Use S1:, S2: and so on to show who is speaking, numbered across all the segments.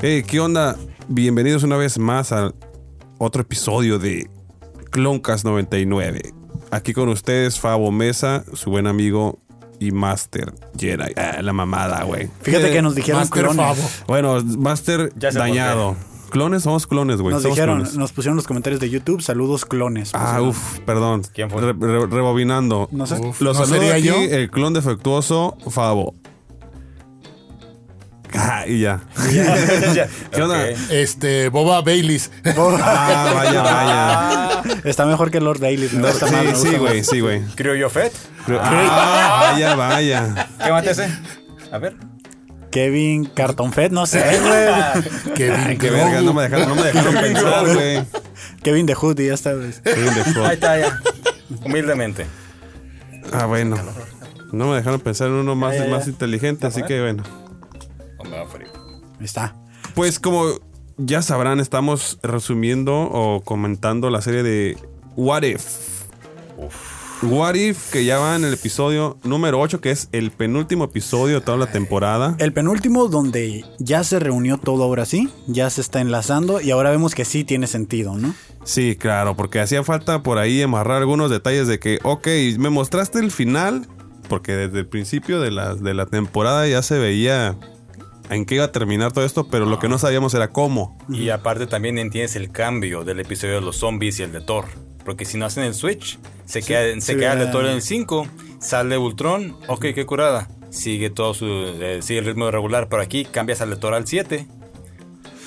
S1: Hey, ¿qué onda? Bienvenidos una vez más a otro episodio de Cloncast 99. Aquí con ustedes Fabo Mesa, su buen amigo y Master Jedi. Ah, la mamada, güey.
S2: Fíjate que nos dijeron
S3: Master
S2: clones.
S3: Favo.
S1: Bueno, Master
S4: Ya sé por
S1: dañado. Clones, somos clones, güey.
S2: Nos
S1: somos
S2: dijeron,
S1: clones.
S2: nos pusieron en los comentarios de YouTube, saludos clones.
S1: Ah, uff, perdón.
S4: ¿Quién fue?
S1: Re- re- rebobinando.
S2: No sé.
S3: Uf,
S1: Los
S3: ¿no
S1: saludo
S3: sería
S1: aquí,
S3: yo?
S1: el clon defectuoso, Favo. Ah, y ya.
S4: Ya.
S1: ¿Qué onda?
S4: Ok.
S3: Este, Boba Baileys.
S1: Ah, vaya, vaya.
S2: Está mejor que Lord Daily. me gusta más,
S1: Sí,
S2: me gusta
S1: sí,
S2: más.
S1: güey, sí, güey.
S4: Criollo Fett.
S1: Ah, vaya, vaya.
S4: ¿Qué más te hace? A ver.
S2: Kevin Carton Fed, no sé, güey.
S3: Kevin
S1: Qué
S3: Grogu.
S1: verga, no me dejaron, no me dejaron pensar, güey.
S2: Kevin de Hood y ya está. güey.
S1: Soy un
S4: Ahí
S1: dejó-
S4: está, ya. Humildemente.
S1: Ah, bueno. No me dejaron pensar en uno más,
S2: Ya, ya, ya.
S1: más inteligente, así que bueno.
S4: No me da frío.
S2: Ahí está.
S1: Pues como ya sabrán, estamos resumiendo o comentando la serie de What If. What If, que ya va en el episodio número 8, que es el penúltimo episodio de toda la temporada.
S2: El penúltimo donde ya se reunió todo ahora sí, ya se está enlazando y ahora vemos que sí tiene sentido, ¿no?
S1: Sí, claro, porque hacía falta por ahí amarrar algunos detalles de que, ok, me mostraste el final, porque desde el principio de la, de la temporada ya se veía en qué iba a terminar todo esto, pero lo que no sabíamos era cómo.
S4: Y aparte también entiendes el cambio del episodio de los zombies y el de Thor. Porque si no hacen el switch, se queda, se
S2: sí,
S4: queda el de
S2: ¿verdad?
S4: Thor en el 5, sale Ultron, ok, qué curada. Sigue todo su eh, sigue el ritmo regular, pero aquí cambias al de Thor al 7.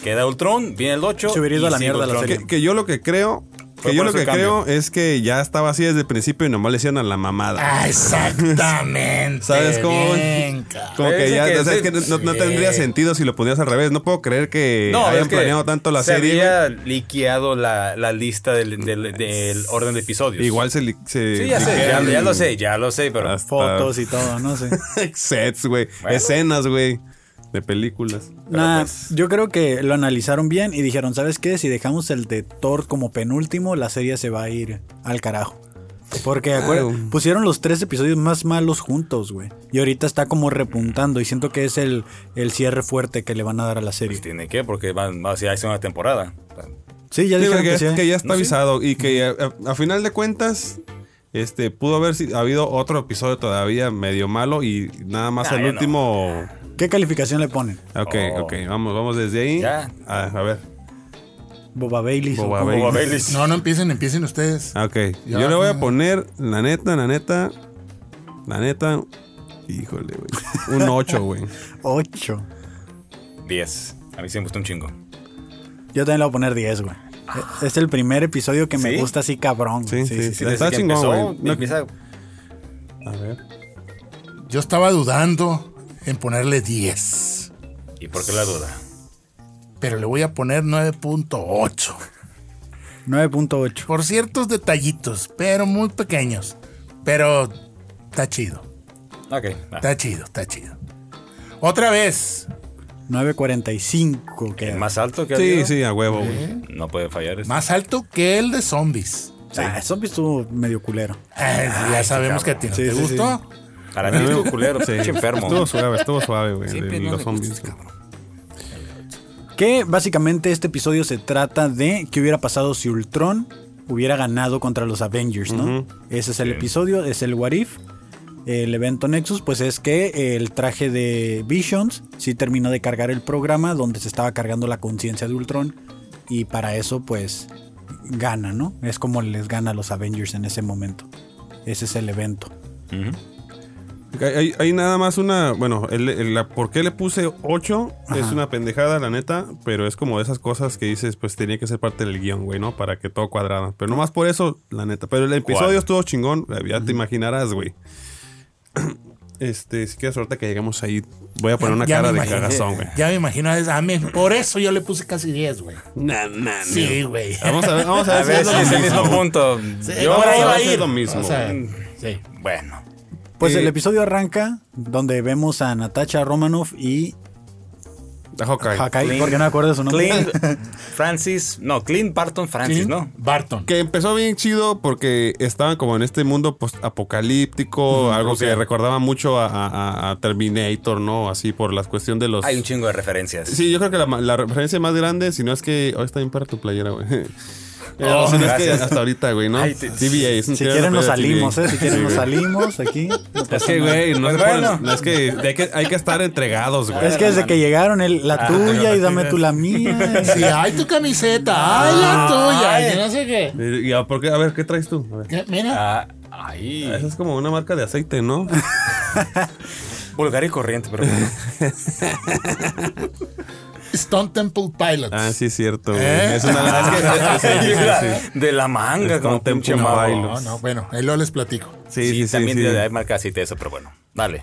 S4: Queda Ultron, viene el 8.
S2: Se hubiera ido a la mierda la
S1: Que, que yo lo que creo,
S4: Fue
S1: que yo
S4: por
S1: lo
S4: ese
S1: que
S4: cambio.
S1: creo es que ya estaba así desde el principio y nomás le hicieron a la mamada.
S3: Ah, exactamente.
S1: ¿Sabes cómo?
S3: Bien, cabrón.
S1: Como que
S4: Parece
S1: ya,
S4: Ah, que
S1: o sea, es
S4: sí.
S1: que no, no tendría
S3: Sí.
S1: sentido si lo ponías al revés. No puedo creer que hayan planeado tanto la
S4: se
S1: serie.
S4: había liqueado la, la lista del, del- del orden de episodios.
S1: Igual se, li- se
S4: Sí, ya sé, ya,
S1: liquearon
S4: ya lo sé, ya lo sé, pero... pues,
S1: Hasta-
S2: Fotos y todo, no sé.
S1: sets, güey.
S4: Bueno.
S1: Escenas, güey. De películas.
S2: Nah,
S4: pues-
S2: yo creo que lo analizaron bien y dijeron, ¿sabes qué? Si dejamos el de Thor como penúltimo, la serie se va a ir al carajo. Porque acuer-
S1: Claro.
S2: pusieron los tres episodios más malos juntos, güey. Y ahorita está como repuntando y siento que es el, el cierre fuerte que le van a dar a la serie.
S4: Pues tiene que, porque van, va a ser hace una temporada.
S2: Sí, ya
S1: Sí,
S2: dijeron
S1: güey,
S2: que
S1: que,
S2: sí. ¿eh?
S1: que ya está
S4: No, sí.
S1: avisado y que a, a final de cuentas este pudo haber si- habido otro episodio todavía medio malo y nada más
S4: Nah,
S1: el
S4: ya Ah, no.
S1: último.
S2: ¿Qué calificación le ponen?
S1: Ok,
S4: Oh.
S1: ok, vamos, vamos desde ahí.
S4: Ya.
S1: Ah, a ver.
S2: Boba Bailey.
S1: Boba
S4: Como
S1: Bailey.
S4: Baileys.
S3: No, no empiecen, empiecen ustedes.
S1: Ah, Ok.
S3: Ya.
S1: Yo le voy a poner, la neta, la neta, la neta. Híjole, güey. Un 8, güey.
S2: 8.
S4: 10. A mí sí me gustó un chingo.
S2: Yo también le voy a poner 10, güey. Es el primer episodio que me
S4: ¿Sí?
S2: gusta así cabrón. güey.
S1: Sí, sí.
S4: desde
S1: Está
S4: que
S1: chingón,
S4: empezó,
S1: güey. No-
S4: empieza-
S1: A ver.
S3: Yo estaba dudando en ponerle 10,
S4: ¿Y por qué la duda?
S3: pero le voy a poner 9.8.
S2: 9.8.
S3: Por ciertos detallitos, pero muy pequeños. Pero está chido,
S4: Ok. ah,
S3: está chido, está chido. Otra vez,
S2: 9.45
S4: ¿el
S2: queda.
S4: más alto que ha
S1: Sí,
S4: habido?
S1: sí, a huevo, güey.
S4: No puede fallar eso.
S3: más alto que el de zombies.
S2: Ah, zombie estuvo medio culero.
S3: Ay, ya sabemos que a ti no
S2: Sí,
S3: te
S2: sí,
S3: gustó.
S4: Para mí estuvo culero,
S1: Sí.
S4: pinche enfermo.
S1: Estuvo suave, estuvo suave, güey.
S4: Siempre
S1: de
S4: no
S1: Los
S4: le
S1: zombies.
S4: gusta,
S1: güey.
S2: Que básicamente este episodio se trata de qué hubiera pasado si Ultron hubiera ganado contra los Avengers, ¿no? Ese es el episodio, es el What If. El evento Nexus, pues es que el traje de Visions sí terminó de cargar el programa donde se estaba cargando la conciencia de Ultron. Y para eso, pues, gana, ¿no? Es como les gana a los Avengers en ese momento. Ese es el evento.
S4: Ujú.
S1: Hay, hay- hay nada más una. Bueno, el- el- la, ¿por qué le puse 8? Es una pendejada, la neta. Pero es como de esas cosas que dices, pues tenía que ser parte del guión, güey, ¿no? Para que todo cuadrara. Pero nomás por eso, la neta. Pero el episodio
S4: ¿Cuál?
S1: estuvo chingón, ya te imaginarás, güey. Este, si quieres, ahorita que llegamos ahí, voy a poner una
S3: Ya me
S1: cara de
S3: imagino-
S1: cagazón, güey.
S3: Ya me imagino, es- ah, men, por eso yo le puse casi 10, güey.
S1: Nah, nah,
S3: Sí,
S1: nah.
S3: güey.
S1: Vamos a ver, vamos a ver.
S4: A
S1: si
S4: ver,
S1: es lo
S4: si es el
S1: mismo,
S4: mismo
S1: güey.
S4: punto.
S3: Sí,
S4: Yo
S3: por ahí
S1: creo
S3: va
S1: que
S3: a
S1: es
S3: ir.
S1: lo mismo,
S3: O sea, sí.
S4: Bueno.
S2: Pues
S1: Eh,
S2: el episodio arranca donde vemos a Natasha Romanoff y
S1: De Hawkeye.
S2: Hawkeye,
S4: Clint-
S2: porque no me acuerdo su nombre.
S4: Clint Francis, no, Clint Barton Francis, ¿no?
S3: Barton.
S1: Que empezó bien chido porque estaban como en este mundo apocalíptico, algo que
S4: Rusia.
S1: recordaba mucho a, a- a- a Terminator, ¿no? Así por la cuestión de los...
S4: Hay un chingo de referencias.
S1: Sí, yo creo que la, la referencia más grande, si no es que... Hoy está bien para tu playera, güey. Eh,
S4: Oh,
S1: o sea, no es que
S4: gracias.
S1: hasta ahorita, güey, ¿no?
S4: Ay, te-
S1: TVA, es un-
S2: Si
S1: tiene
S2: quieren
S1: una
S2: nos
S1: playera de
S2: salimos,
S1: TVA.
S2: ¿eh? Si quieren
S1: Sí,
S2: nos
S1: güey.
S2: salimos aquí. No
S1: Es
S2: pasa
S1: que,
S2: nada.
S1: güey, no,
S4: Pues
S1: se pueden-
S4: bueno.
S1: no es que hay, que hay que estar entregados, güey.
S2: Es que desde que llegaron, el-
S1: Ah,
S2: la tuya y dame tú la mía. Eh,
S3: Sí, ay, tu camiseta, ay, la tuya,
S4: Ay.
S3: yo no sé qué.
S1: Eh, y a- ¿por qué? A ver, ¿qué traes tú? A ver.
S3: ¿Qué? Mira,
S4: Ah, ahí.
S1: Esa es como una marca de aceite, ¿no?
S4: Vulgar y corriente, pero
S3: Stone Temple Pilots.
S1: Ah, sí, es cierto. güey.
S3: ¿Eh?
S1: Es una... es que- es- es- es- es-
S4: de la manga, como
S1: Con
S4: pinche
S1: tempo
S4: mago.
S1: bailo.
S3: No, no, bueno, ahí lo les platico.
S1: Sí,
S4: Sí,
S1: sí, sí.
S4: también
S1: sí.
S4: de- hay marca así de eso, pero bueno. Dale.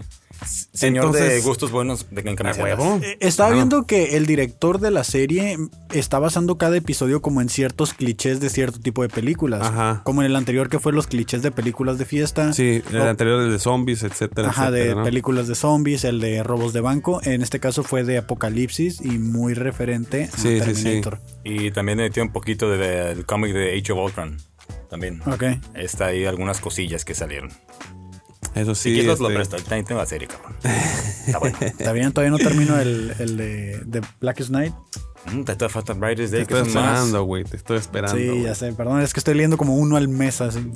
S4: Señor de
S1: Entonces-
S4: gustos buenos, de en
S1: ¿A
S4: camisetas.
S1: huevo?
S2: Eh, Estaba viendo que el director de la serie está basando cada episodio como en ciertos clichés de cierto tipo de películas.
S1: Ajá.
S2: Como en el anterior que fue los clichés de películas de fiesta.
S1: Sí, el
S2: O-
S1: anterior el de zombies, etcétera.
S2: Ajá, de
S1: etcétera, ¿no?
S2: películas de zombies, el de robos de banco. En este caso fue de Apocalipsis y muy referente a
S1: Sí, sí, sí.
S2: Terminator.
S4: Y también le metió un poquito de- del cómic de Age of Ultron. También.
S2: Ok.
S4: Está ahí algunas cosillas que salieron.
S1: Eso
S4: Si
S1: sí.
S4: quieres lo
S1: este,
S4: presto, ahorita ahí tengo la serie, cabrón. Está bueno.
S2: Está bien, todavía no termino el, el de, de Blackest Night.
S4: Mm, te falta Brightest
S1: Te
S4: Day, que
S1: estoy
S4: son más.
S1: esperando, güey. Te estoy esperando.
S2: Sí,
S1: güey.
S2: ya sé, perdón, es que estoy leyendo como uno al mes, así.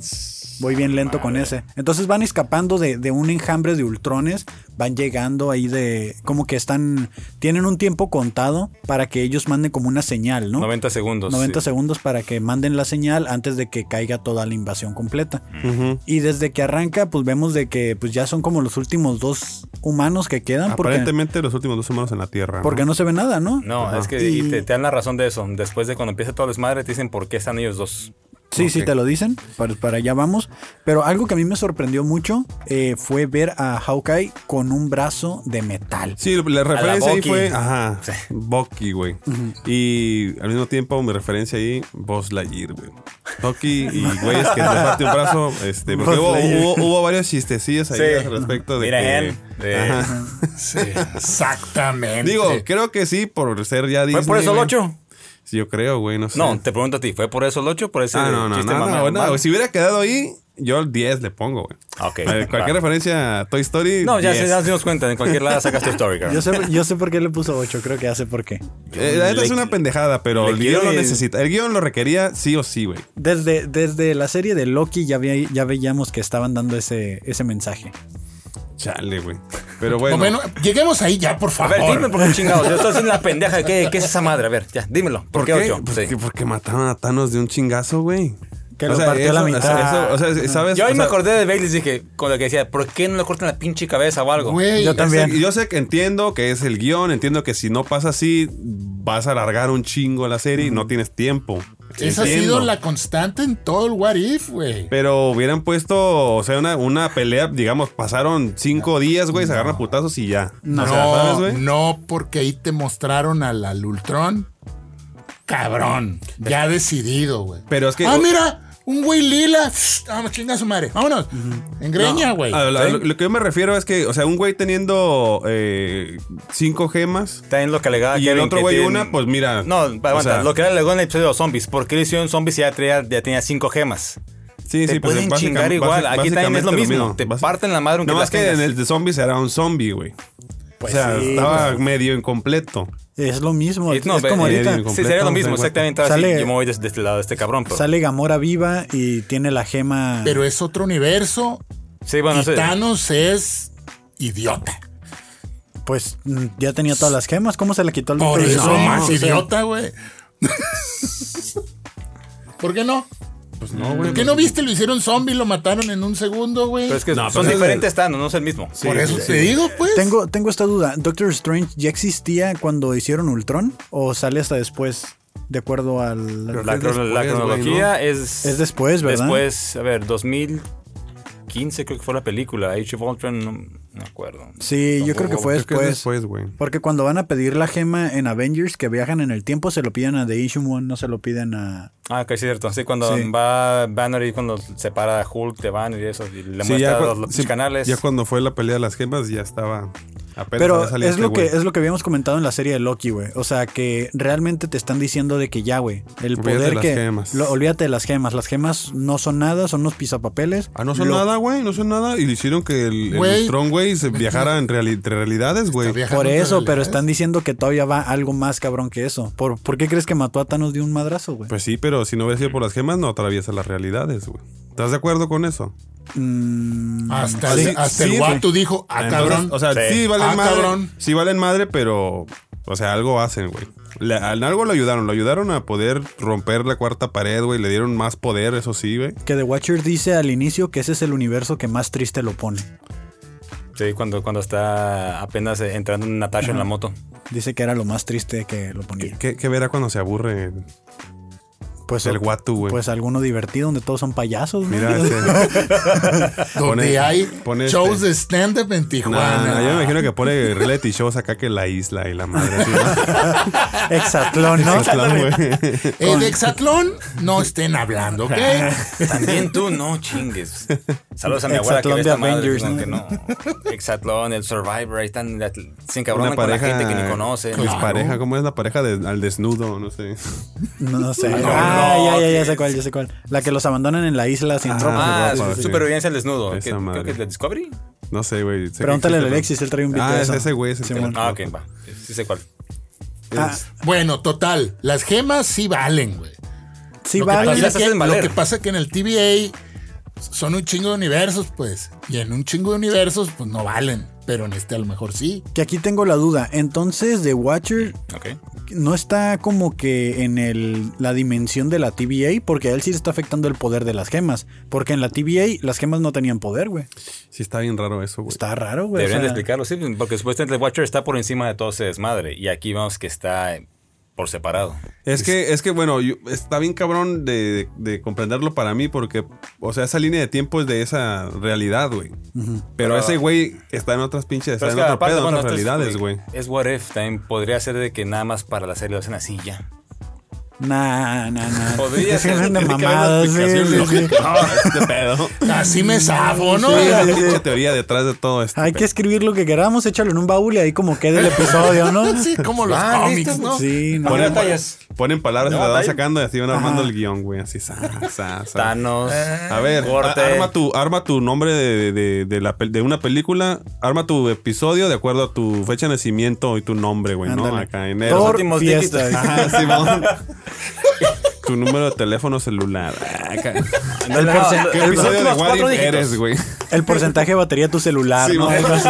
S2: Voy bien lento con ese. Entonces van escapando de, de un enjambre de ultrones, van llegando ahí de. como que están. tienen un tiempo contado para que ellos manden como una señal, ¿no?
S4: 90 segundos.
S2: 90
S4: sí.
S2: segundos para que manden la señal antes de que caiga toda la invasión completa.
S1: Ujú.
S2: Y desde que arranca, pues vemos de que pues ya son como los últimos dos humanos que quedan porque,
S1: Aparentemente los últimos dos humanos en la Tierra. ¿no?
S2: porque no se ve nada, ¿no?
S4: No,
S1: Ajá.
S4: es que
S2: Y-
S4: y te, te dan la razón de eso. Después de cuando empieza todo el desmadre, te dicen por qué están ellos dos.
S2: Sí, sí,
S1: Ok.
S2: te lo dicen. Para, para allá vamos. Pero algo que a mí me sorprendió mucho eh, fue ver a Hawkeye con un brazo de metal.
S1: Sí, la referencia ahí
S4: Bucky.
S1: fue. Ajá. Bucky, güey. Y al mismo tiempo, mi referencia ahí, Buzz Lightyear, güey. Bucky y güeyes que te parte un brazo. Este, porque
S2: Buzz
S1: hubo,
S2: Lightyear.
S1: hubo, hubo varios chistecillos ahí
S4: Sí.
S1: al respecto de.
S4: Mira,
S1: que-
S4: él. de-
S1: Ajá.
S3: Sí, exactamente.
S1: Digo, creo que sí, por ser ya
S4: ¿Fue
S1: Disney.
S4: por eso el
S1: güey.
S4: 8?
S1: Sí, yo creo, güey. No sé.
S4: No, te pregunto a ti, ¿fue por eso el 8? ¿Por ese
S1: Ah, no, no,
S4: chiste
S1: no,
S4: mamá-
S1: no, no,
S4: mamá?
S1: güey, Si hubiera quedado ahí, yo el 10 le pongo, güey.
S4: Ok,
S1: A ver, cualquier
S4: va.
S1: referencia a Toy Story.
S4: No, ya,
S1: 10.
S4: se- ya nos dimos cuenta, en cualquier lado sacas tu story,
S2: Yo
S4: girl.
S2: sé, yo sé por qué le puso 8, creo que ya sé por qué.
S1: Eh, la neta
S4: Le-
S1: es una pendejada, pero
S4: le
S1: el
S4: quiero
S1: guión lo
S4: el-
S1: necesita. El guión lo requería sí o sí, güey.
S2: Desde, desde la serie de Loki ya, ve- ya veíamos que estaban dando ese, ese mensaje.
S1: Chale, güey. Pero
S3: Bueno,
S1: bueno.
S3: lleguemos ahí ya, por
S4: A
S3: favor.
S4: ver, dime por qué chingados. Yo estoy haciendo la pendeja. ¿Qué, ¿Qué es esa madre? A ver, ya, dímelo. ¿Por, qué 8?
S1: Porque, Pues porque mataron a Thanos de un chingazo, güey.
S2: Que lo partió a la
S1: eso-
S2: mitad.
S1: eso- o sea, ¿sabes?
S4: Yo ahí
S1: pues, O
S4: me
S1: sea,
S4: acordé de Bailey dije, con lo que decía, ¿por qué no le cortan la pinche cabeza o algo?
S3: Güey,
S2: Yo también.
S1: ese- yo sé que entiendo que es el guión, entiendo que si no pasa así, vas a alargar un chingo la serie y no tienes tiempo.
S3: esa
S1: Entiendo.
S3: ha sido la constante en todo el What If, güey.
S1: Pero hubieran puesto, o sea, una, una pelea, digamos, pasaron cinco días, güey, se agarran putazos y ya.
S3: No,
S1: O sea, ¿sabes, güey?
S3: no, porque ahí te mostraron al, al Ultron. Cabrón, ya decidido, güey.
S1: Pero es que-
S3: Ah, mira, un güey lila. Vamos, chinga a su madre. Vámonos. Engreña, güey.
S1: A la- lo, lo que yo me refiero es que, o sea, un güey teniendo eh, cinco gemas
S4: Está en lo que alegaba
S1: y el
S4: Kevin,
S1: otro
S4: que
S1: güey
S4: tiene-
S1: una, pues mira.
S4: No, aguanta.
S1: o sea,
S4: lo que era alegó en el episodio de los zombies. ¿Por qué le hicieron zombies y ya, traía- ya tenía cinco gemas?
S1: sí,
S4: te
S1: sí, pues,
S4: pueden
S1: básica-
S4: chingar
S1: básica-
S4: igual. Aquí también es lo
S1: básicamente
S4: mismo. Te
S1: Básica-
S4: parten la madre aunque
S1: Nada más
S4: la
S1: que
S4: tengas.
S1: en el de zombies era un zombie, güey.
S2: Pues
S1: o sea,
S2: sí,
S1: estaba medio incompleto.
S2: Es lo mismo,
S4: Y-
S2: es,
S4: no,
S2: es
S4: ve-
S2: como
S1: eh,
S2: ahorita.
S1: digo,
S4: Sí, sería lo mismo,
S1: completo,
S4: exactamente. Ahora sí,
S2: Sale-
S4: yo me voy desde este lado de este cabrón, pero.
S2: Sale Gamora viva y tiene la gema.
S3: Pero es otro universo.
S4: sí, bueno,
S3: y
S4: sí.
S3: Thanos es idiota.
S2: Pues mm, ya tenía todas las gemas. ¿Cómo se le quitó el
S3: Por
S2: Doctor
S3: eso
S2: Strange?
S3: más
S2: O sea,
S3: idiota, güey. ¿Por qué no?
S1: Pues no,
S3: ¿Por
S1: güey.
S3: qué no viste? Lo hicieron zombie, lo mataron en un segundo, güey.
S4: Pero es que
S1: No,
S4: son
S1: pero-
S4: diferentes Thanos, no es el mismo.
S1: Sí,
S3: Por eso
S1: sí,
S3: te digo, pues.
S2: Tengo, tengo esta duda. ¿Doctor Strange ya existía cuando hicieron Ultron? ¿O sale hasta después? De acuerdo al.
S1: Creo
S4: La,
S1: que es
S4: cron- la
S1: después,
S4: cronología es.
S2: Es después, ¿verdad?
S4: Después, a ver, 2015 creo que fue la película. Age of Ultron, no me acuerdo.
S2: Sí, yo creo que fue
S1: Creo que es
S2: después.
S1: después, güey.
S2: Porque cuando van a pedir la gema en Avengers que viajan en el tiempo, se lo piden a The Ancient One, no se lo piden a.
S4: Ah, que es cierto. Sí, cuando
S2: Sí.
S4: va Banner y cuando separa a Hulk de Banner y eso, y le
S1: Sí,
S4: muestra
S1: cu-
S4: los, los
S1: sí,
S4: canales.
S1: ya cuando fue la pelea de las gemas, ya estaba. Apenas
S2: Pero
S1: había salido
S2: es
S1: este
S2: lo, que,
S1: güey.
S2: es lo que habíamos comentado en la serie de Loki, güey. O sea, que realmente te están diciendo de que ya, güey. El
S1: Olvídate
S2: poder
S1: de las
S2: que.
S1: gemas.
S2: lo- olvídate de las gemas. Las gemas no son nada, son unos pisapapeles.
S1: Ah, no son
S2: Lo-
S1: nada, güey, no son nada. Y le hicieron que el, el
S3: Güey.
S1: Ultron, güey, se viajara entre, reali- entre realidades, güey.
S3: Está viajando
S2: Por
S3: entre
S2: eso, pero
S3: realidades.
S2: están diciendo que todavía va algo más cabrón que eso. ¿Por, por qué crees que mató a Thanos de un madrazo, güey?
S1: Pues sí, pero si no hubiera sido por las gemas, no atraviesa las realidades, güey. ¿Estás de acuerdo con eso?
S2: Mm,
S3: Hasta,
S2: sí,
S3: hasta
S2: sí,
S3: el
S2: güey.
S3: Watu dijo, ah,
S1: Entonces,
S3: cabrón.
S1: O sea,
S4: Sí.
S1: sí, valen
S3: Ah,
S1: madre.
S3: cabrón.
S1: Sí valen madre, pero. O sea, algo hacen, güey. Le- en algo lo ayudaron. Lo ayudaron a poder romper la cuarta pared, güey. Le dieron más poder, eso sí, güey.
S2: Que The Watcher dice al inicio que ese es el universo que más triste lo pone.
S4: Sí, cuando, cuando está apenas eh, entrando Natasha en la moto.
S2: Dice que era lo más triste que lo ponía.
S1: ¿Qué, qué verá cuando se aburre?
S2: Pues
S1: El
S2: o-
S1: Watu, güey.
S2: Pues alguno divertido donde todos son payasos, güey.
S1: Mira, este.
S3: donde
S1: pone-
S3: hay
S1: pone
S3: shows
S1: este.
S3: de stand-up en
S1: nah,
S3: Tijuana.
S1: nah, yo me imagino que pone reality shows acá que la isla y la madre. así, ¿no?
S2: Exatlón, ¿no?
S1: Claro, güey.
S3: El Hexatlón, no estén hablando, ¿ok?
S4: También tú, no chingues. Saludos a mi abuela que
S2: Hexatlón
S4: ve
S2: de
S4: esta madre.
S2: Avengers,
S4: como que no. Exatlón, el Survivor, ahí están la- se encabronan
S1: Una
S4: con la
S1: pareja.
S4: gente que ni conocen. Ah,
S1: Pues pareja, ¿cómo es la pareja de- al desnudo? No sé.
S2: No, no sé.
S4: No,
S2: ah, ya,
S4: no,
S2: ya, ya
S4: que-
S2: sé cuál, ya sé cuál. La que los abandonan en la isla sin ropa.
S4: Ah,
S1: Ah, sí.
S4: supervivencia al desnudo.
S1: Esa
S4: que- Creo
S1: madre.
S4: que es de Discovery.
S1: No sé, güey. Sé que
S2: Pregúntale a
S1: existe,
S2: Alexis, él trae un video
S1: Ah,
S2: de
S1: es
S2: eso.
S1: ese güey es el que-
S2: Simón.
S4: Ah, ok, va. Sí sé cuál.
S2: Ah,
S3: Bueno, total, las gemas sí valen, güey.
S2: sí,
S3: lo, que
S2: vale.
S3: pasa
S4: las
S3: es que,
S4: hacen
S3: lo
S4: valer.
S3: que pasa es que en el TBA son un chingo de universos, pues. Y en un chingo de universos, pues no valen. Pero en este a lo mejor sí.
S2: Que aquí tengo la duda. Entonces, The Watcher
S4: Ok.
S2: no está como que en el, la dimensión de la TVA, porque a él sí le está afectando el poder de las gemas. Porque en la TVA las gemas no tenían poder, güey.
S1: Sí, está bien raro eso, güey.
S2: Está raro, güey. o
S4: Deberían de
S2: sea,
S4: explicarlo, sí, porque supuestamente el Watcher está por encima de todo ese desmadre. Y aquí vamos que está eh, por separado.
S1: Es que, es que bueno, yo- está bien cabrón de, de- de comprenderlo para mí porque, o sea, esa línea de tiempo es de esa realidad, güey. Pero
S4: Pero-
S1: ese güey está en otras pinches, está
S4: Pero
S1: en
S4: es que
S1: otro
S4: aparte,
S1: pedo, en
S4: bueno,
S1: otras
S4: esto es-
S1: realidades, güey.
S4: Es what if, también podría ser de que nada más para la serie lo hacen así ya.
S2: Nah, nah, nah.
S4: Podría
S2: Es que
S4: ser,
S2: son de
S4: tiene que haber una
S2: mamadas, sí,
S4: explicación
S2: sí, sí.
S4: lógica.
S1: este pedo.
S3: Así me zafo, ¿no?
S1: Hay una pinche teoría detrás de todo esto.
S2: Hay que escribir lo que queramos, échalo en un baúl y ahí como quede el episodio, ¿no?
S3: Sí, como los
S4: Ah,
S3: cómics,
S4: ¿listos,
S3: ¿no?
S2: Sí, no.
S1: Ponen,
S4: batallas.
S1: ponen palabras y
S4: No,
S1: las van
S4: batalla.
S1: sacando y así van armando
S2: Ajá.
S1: el guión, güey. Así, sa, sa, sa.
S4: Thanos.
S1: A ver,
S4: Corte.
S1: a- arma, tu, arma tu nombre de, de- de la pel- de una película, arma tu episodio de acuerdo a tu fecha de nacimiento y tu nombre, güey, ¿no?
S2: Ándale.
S1: Acá
S2: Thor,
S4: Los
S1: enero.
S4: últimos
S2: fiesta.
S4: dígitos.
S1: Ajá, Simón. tu número de teléfono celular. Ah, Acá.
S4: No,
S2: el
S4: no,
S2: porce-
S4: no,
S2: ¿qué
S4: los
S1: ¿Qué episodio de
S4: últimos
S1: What
S4: cuatro
S1: If
S4: dígitos.
S1: eres, güey?
S2: El porcentaje de batería de tu celular,
S1: Sí,
S2: Ah, ¿no?
S1: ¿no?
S2: Algo así.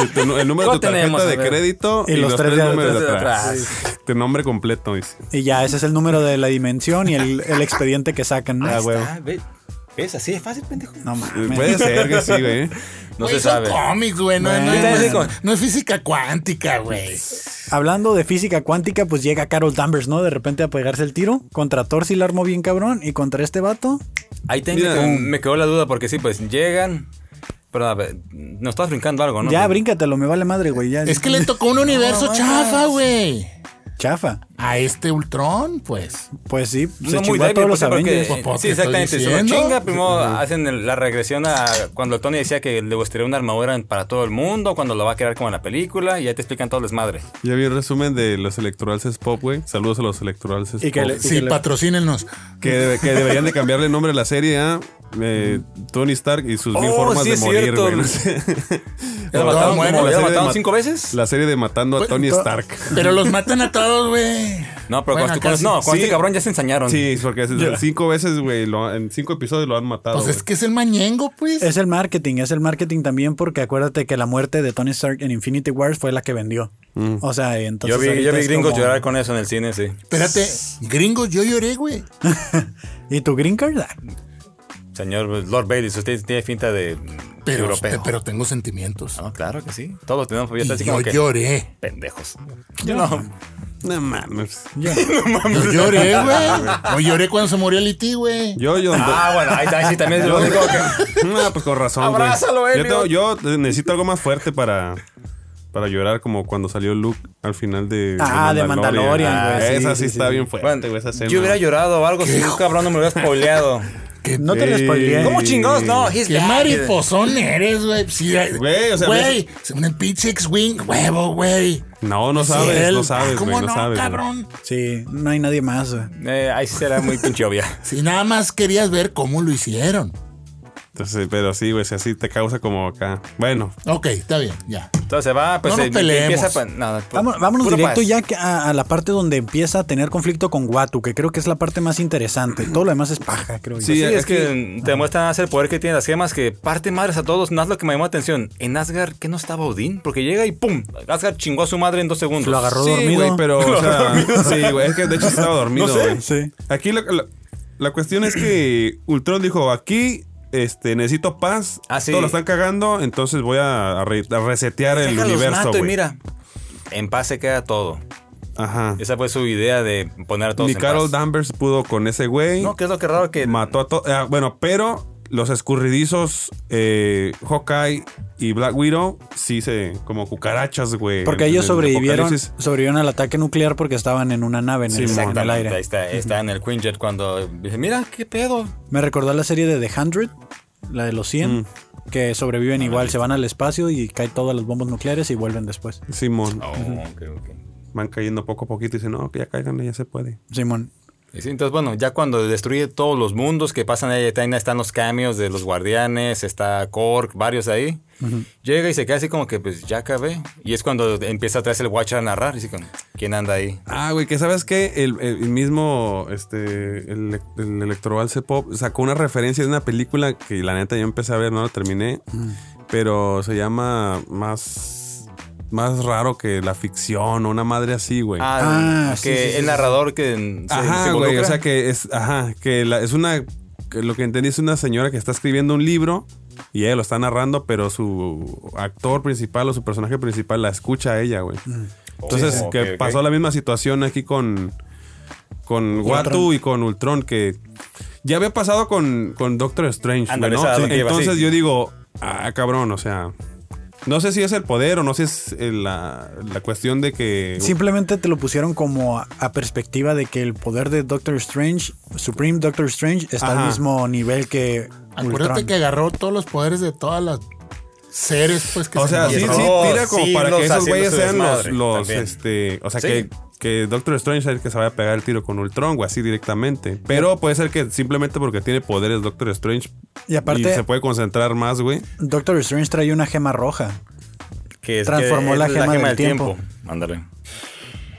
S1: Si tu nu- el número de tu
S4: Lo
S1: tarjeta
S4: tenemos,
S1: de
S4: a ver.
S1: crédito y, los, tres,
S2: de-
S1: números
S4: tres
S1: de
S4: de
S1: atrás.
S4: atrás.
S1: Tu nombre completo, dice.
S2: Y ya, ese es el número de la dimensión y el, el expediente que sacan, ¿no?
S1: Ah, güey.
S4: Ah, ve- ¿Ves? Así es fácil, pendejo.
S2: No
S1: Eh, Puede
S2: mames.
S1: ser que sí, güey.
S4: No
S3: Güey,
S4: se
S3: son
S4: sabe.
S3: cómics, güey. No,
S2: Bueno.
S3: no es-
S4: Ustedes sí con-
S3: no es física cuántica, güey.
S2: Hablando de física cuántica, pues llega Carol Danvers, ¿no? De repente a pegarse el tiro. Contra Thor sí la armó bien cabrón. Y contra este vato,
S4: Ahí tengo
S1: Mira,
S4: que-
S1: um,
S4: me quedó la duda porque sí, pues llegan. Pero a ver, nos estás brincando algo, ¿no?
S2: ya bríncatelo, me vale madre, güey. Ya,
S3: Es que le tocó un universo chafa, güey.
S2: Chafa.
S3: A este Ultron, pues.
S2: Pues sí, se
S4: no muy
S2: chingó a
S4: débil,
S2: todos los
S4: pues, porque-
S2: Avengers.
S3: Pues,
S4: sí,
S3: te estoy
S4: exactamente. Se lo
S3: diciendo.
S4: chinga. Primero hacen el- la regresión a cuando Tony decía que le gustaría una armadura para todo el mundo, cuando lo va a crear como en la película, y ahí te explican todo el desmadre.
S1: Ya vi el resumen de los Electorales Pop, güey. Saludos a los Electorales Pop.
S2: Y que le-
S3: Sí,
S2: le-
S3: patrocínenos.
S1: Que, debe- que deberían de cambiarle el nombre a la serie a eh, Tony Stark y sus mil
S4: Oh,
S1: formas
S4: sí
S1: de
S4: es
S1: morir,
S4: cierto.
S1: güey. No sé.
S4: Ya lo
S3: Todo
S4: mataron,
S3: muere.
S4: como-
S1: La serie
S4: ya lo
S1: de
S4: mataron
S1: mat-
S4: cinco veces.
S1: La serie de matando a
S3: Pues,
S1: Tony
S3: to-
S1: Stark.
S3: Pero los matan a todos, güey.
S4: No, pero
S3: Bueno,
S4: cuando,
S3: casi.
S4: no, con
S1: sí.
S4: este cabrón ya se ensañaron.
S1: Sí, porque cinco veces, güey, lo- en cinco episodios lo han matado.
S3: Pues es
S1: güey.
S3: que es el mañengo, pues.
S2: Es el marketing, es el marketing también porque acuérdate que la muerte de Tony Stark en Infinity Wars fue la que vendió. O sea, entonces...
S4: Mm. Yo vi,
S2: ahorita
S4: yo vi
S2: es
S4: gringos
S2: como-
S4: llorar con eso en el cine, sí.
S3: Espérate, gringos, yo lloré, güey.
S2: ¿Y tu green card? Ah,
S4: Señor pues, Lord Bailey, usted tiene finta de
S3: Pero,
S4: europeo.
S3: pero tengo sentimientos.
S4: Ah, claro que sí. Todos tenemos
S3: Y
S4: fiesta así
S3: yo
S4: como que
S3: lloré.
S4: pendejos. Yo no.
S1: No mames.
S3: Yo lloré, güey. Yo lloré cuando se murió el IT, güey.
S1: Yo, yo.
S4: Ah, bueno, ahí, ahí sí también es lo único que.
S1: Ah, pues con razón, güey. yo,
S4: Abrázalo, Elliot.
S1: tengo- yo necesito algo más fuerte para, para llorar, como cuando salió Luke al final de.
S2: Ah, de Mandalorian, güey, sí,
S1: esa
S2: sí,
S1: sí,
S2: sí,
S1: está
S2: sí.
S1: bien fuerte,
S4: Bueno,
S1: güey. Esa escena.
S4: yo hubiera llorado o algo si un cabrón no me hubiera spoileado.
S3: ¿Qué,
S2: No te lo
S1: Sí.
S2: spoileé.
S4: ¿Cómo chingados? No, he's
S3: qué
S4: back.
S3: mariposón eres, güey? Sí,
S1: Güey, o sea,
S3: Güey, un pinche X-Wing, huevo, güey.
S1: No, no sabes,
S3: Él-
S1: no sabes,
S3: Ah,
S1: güey,
S3: ¿Cómo
S1: no
S3: no,
S1: sabes, güey.
S3: cabrón?
S2: Sí, no hay nadie más. güey.
S4: Eh, ahí sí será muy pinche obvia.
S3: Si nada más querías ver cómo lo hicieron.
S1: Entonces, pero sí, güey, si así te causa como acá. Bueno,
S3: Ok, está bien, ya.
S4: Entonces se va, pues
S3: No nos
S4: eh,
S3: peleemos.
S4: empieza. pa- no, pu-
S2: Vamo- vámonos
S4: Pues, puro
S2: directo
S4: paz.
S2: ya que- a, a la parte donde empieza a tener conflicto con Watu, que creo que es la parte más interesante. Todo lo demás es paja, creo yo.
S4: Sí,
S1: Sí,
S4: es,
S1: es
S4: que, te muestran hace el poder que tienen las gemas que parte madres a todos. No es lo que me llamó la atención. En Asgard, ¿qué no estaba Odín? Porque llega y ¡pum! Asgard chingó a su madre en dos segundos.
S2: Lo agarró.
S1: sí,
S2: dormido.
S1: güey, pero, o sea, sí, güey, es que de hecho estaba dormido,
S4: No sé.
S1: güey.
S2: Sí.
S1: Aquí la, la- la cuestión es que Ultron dijo, aquí este, necesito paz,
S4: Ah, sí.
S1: todos lo están cagando, entonces voy a, re- a resetear el
S4: Déjalos,
S1: universo,
S4: mato, y
S1: güey.
S4: mira, en paz se queda todo.
S1: Ajá.
S4: Esa fue su idea de poner a todos
S1: Ni
S4: en
S1: Carol
S4: paz.
S1: Danvers pudo con ese güey.
S4: No, que es lo que raro que...
S1: Mató a todos. bueno, pero los escurridizos eh, Hawkeye y Black Widow sí se... como cucarachas, güey.
S2: Porque
S1: en-
S2: ellos
S1: en
S2: sobrevivieron,
S1: Apocalipsis.
S2: sobrevivieron al ataque nuclear porque estaban en una nave en, el, en el
S4: Exactamente, ahí
S2: aire.
S4: está, está en el Quinjet cuando dice, mira, qué pedo.
S2: Me recordó a la serie de The Hundred, la de los 100,
S1: Mm.
S2: que sobreviven igual, se van al espacio y caen todas las bombas nucleares y vuelven después.
S1: Simón.
S4: Oh, ok, ok.
S1: Van cayendo poco a poquito y dicen, no, que ya caigan, ya se puede.
S2: Simón.
S4: Y sí, entonces, bueno, ya cuando destruye todos los mundos que pasan ahí, ahí están los cambios de los guardianes, está Kork, varios ahí. Llega y se queda así como que, pues, ya acabé. Y es cuando empieza atrás el Watcher a narrar. Y así como, ¿quién anda ahí?
S1: Ah, güey, que sabes que el, el mismo, este, el, el Electrovalse Pop sacó una referencia de una película que la neta yo empecé a ver, no la terminé, pero se llama más, más raro que la ficción o una madre así, güey.
S4: Ah,
S2: Ah, sí,
S4: que
S2: sí, sí,
S4: el
S2: sí.
S4: narrador que mm, se, se
S1: ajá, güey,
S4: involucra.
S1: o sea que es, ajá, que la- es una, que lo que entendí es una señora que está escribiendo un libro y ella lo está narrando, pero su actor principal o su personaje principal la escucha a ella, güey. Entonces,
S4: Oh,
S1: que
S4: ok, ok.
S1: pasó la misma situación aquí con, con Watu y con Ultron, que ya había pasado con, con Doctor Strange. güey,
S4: Ándale,
S1: ¿no?
S4: esa es la que iba,
S1: Entonces
S4: sí.
S1: yo digo, ah, cabrón, o sea, no sé si es el poder o no sé si es eh, la, la cuestión de que...
S2: Simplemente te lo pusieron como a, a perspectiva de que el poder de Doctor Strange, Supreme Doctor Strange, está
S1: Ajá.
S2: al mismo nivel que
S3: Acuérdate
S2: Ultron.
S3: que agarró todos los poderes de todas las seres, pues que
S1: O sea, sí, sí,
S3: encontraron.
S4: Oh,
S1: tira como
S4: sí,
S1: para
S4: los
S1: que esos
S4: haciendo
S1: güeyes
S4: su
S1: sean los,
S4: desmadre,
S1: los,
S4: también.
S1: este, o sea,
S4: Sí.
S1: que, que Doctor Strange es el que se vaya a pegar el tiro con Ultron, o así directamente. Pero puede ser que simplemente porque tiene poderes Doctor Strange
S2: Y aparte-
S1: se puede concentrar más, güey.
S2: Doctor Strange trae una gema roja.
S4: que es-
S2: transformó
S4: que
S2: la
S4: es
S2: gema del
S4: Ándale.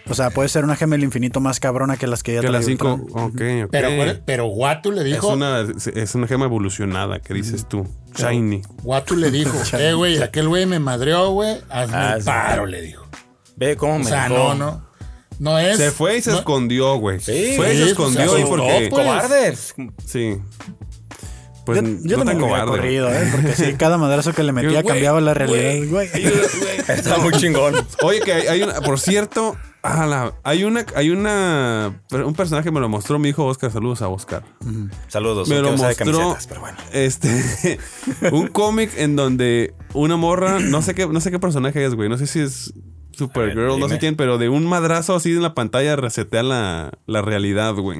S2: O sea, puede ser una gema del infinito más cabrona que las que ya
S1: Que
S2: trae
S1: las cinco,
S2: Ultron.
S1: ok, ok.
S3: Pero, acuérdate- pero Watu le
S1: es
S3: dijo,
S1: una, es una gema evolucionada que dices tú. Shiny.
S3: Watu le dijo, eh, güey, aquel güey me madreó, güey, hazme
S4: Ah,
S3: el
S4: sí.
S3: paro, le dijo.
S4: Ve cómo
S3: O
S4: me
S3: sea,
S4: dejó.
S3: no, no. No es.
S1: Se fue y se
S3: no-
S1: escondió, güey.
S4: Sí,
S1: fue y
S3: sí,
S1: se
S3: pues,
S1: escondió
S3: se
S1: y porque...
S4: Eh,
S3: asustó, pues.
S4: ¡Cobarde!
S1: Sí. Pues
S2: yo yo
S1: no tan
S2: también lo
S1: cobarde.
S2: hubiera
S1: güey.
S2: corrido, ¿eh? Porque sí, cada madrazo que le metía
S1: Güey,
S2: cambiaba la realidad, güey.
S4: Está muy chingón.
S1: Oye, que hay, hay una, por cierto, a la- hay una, hay una, un personaje me lo mostró mi hijo Oscar. Saludos a Oscar.
S4: Saludos.
S1: Me
S4: Pues aunque
S1: lo
S4: no sea de
S1: mostró,
S4: camisetas, pero bueno.
S1: este, un cómic en donde una morra, no sé qué, no sé qué personaje es, güey, no sé si es
S4: A
S1: Supergirl,
S4: ver,
S1: no sé
S4: dime.
S1: quién, pero de un madrazo así en la pantalla resetea la, la realidad, güey.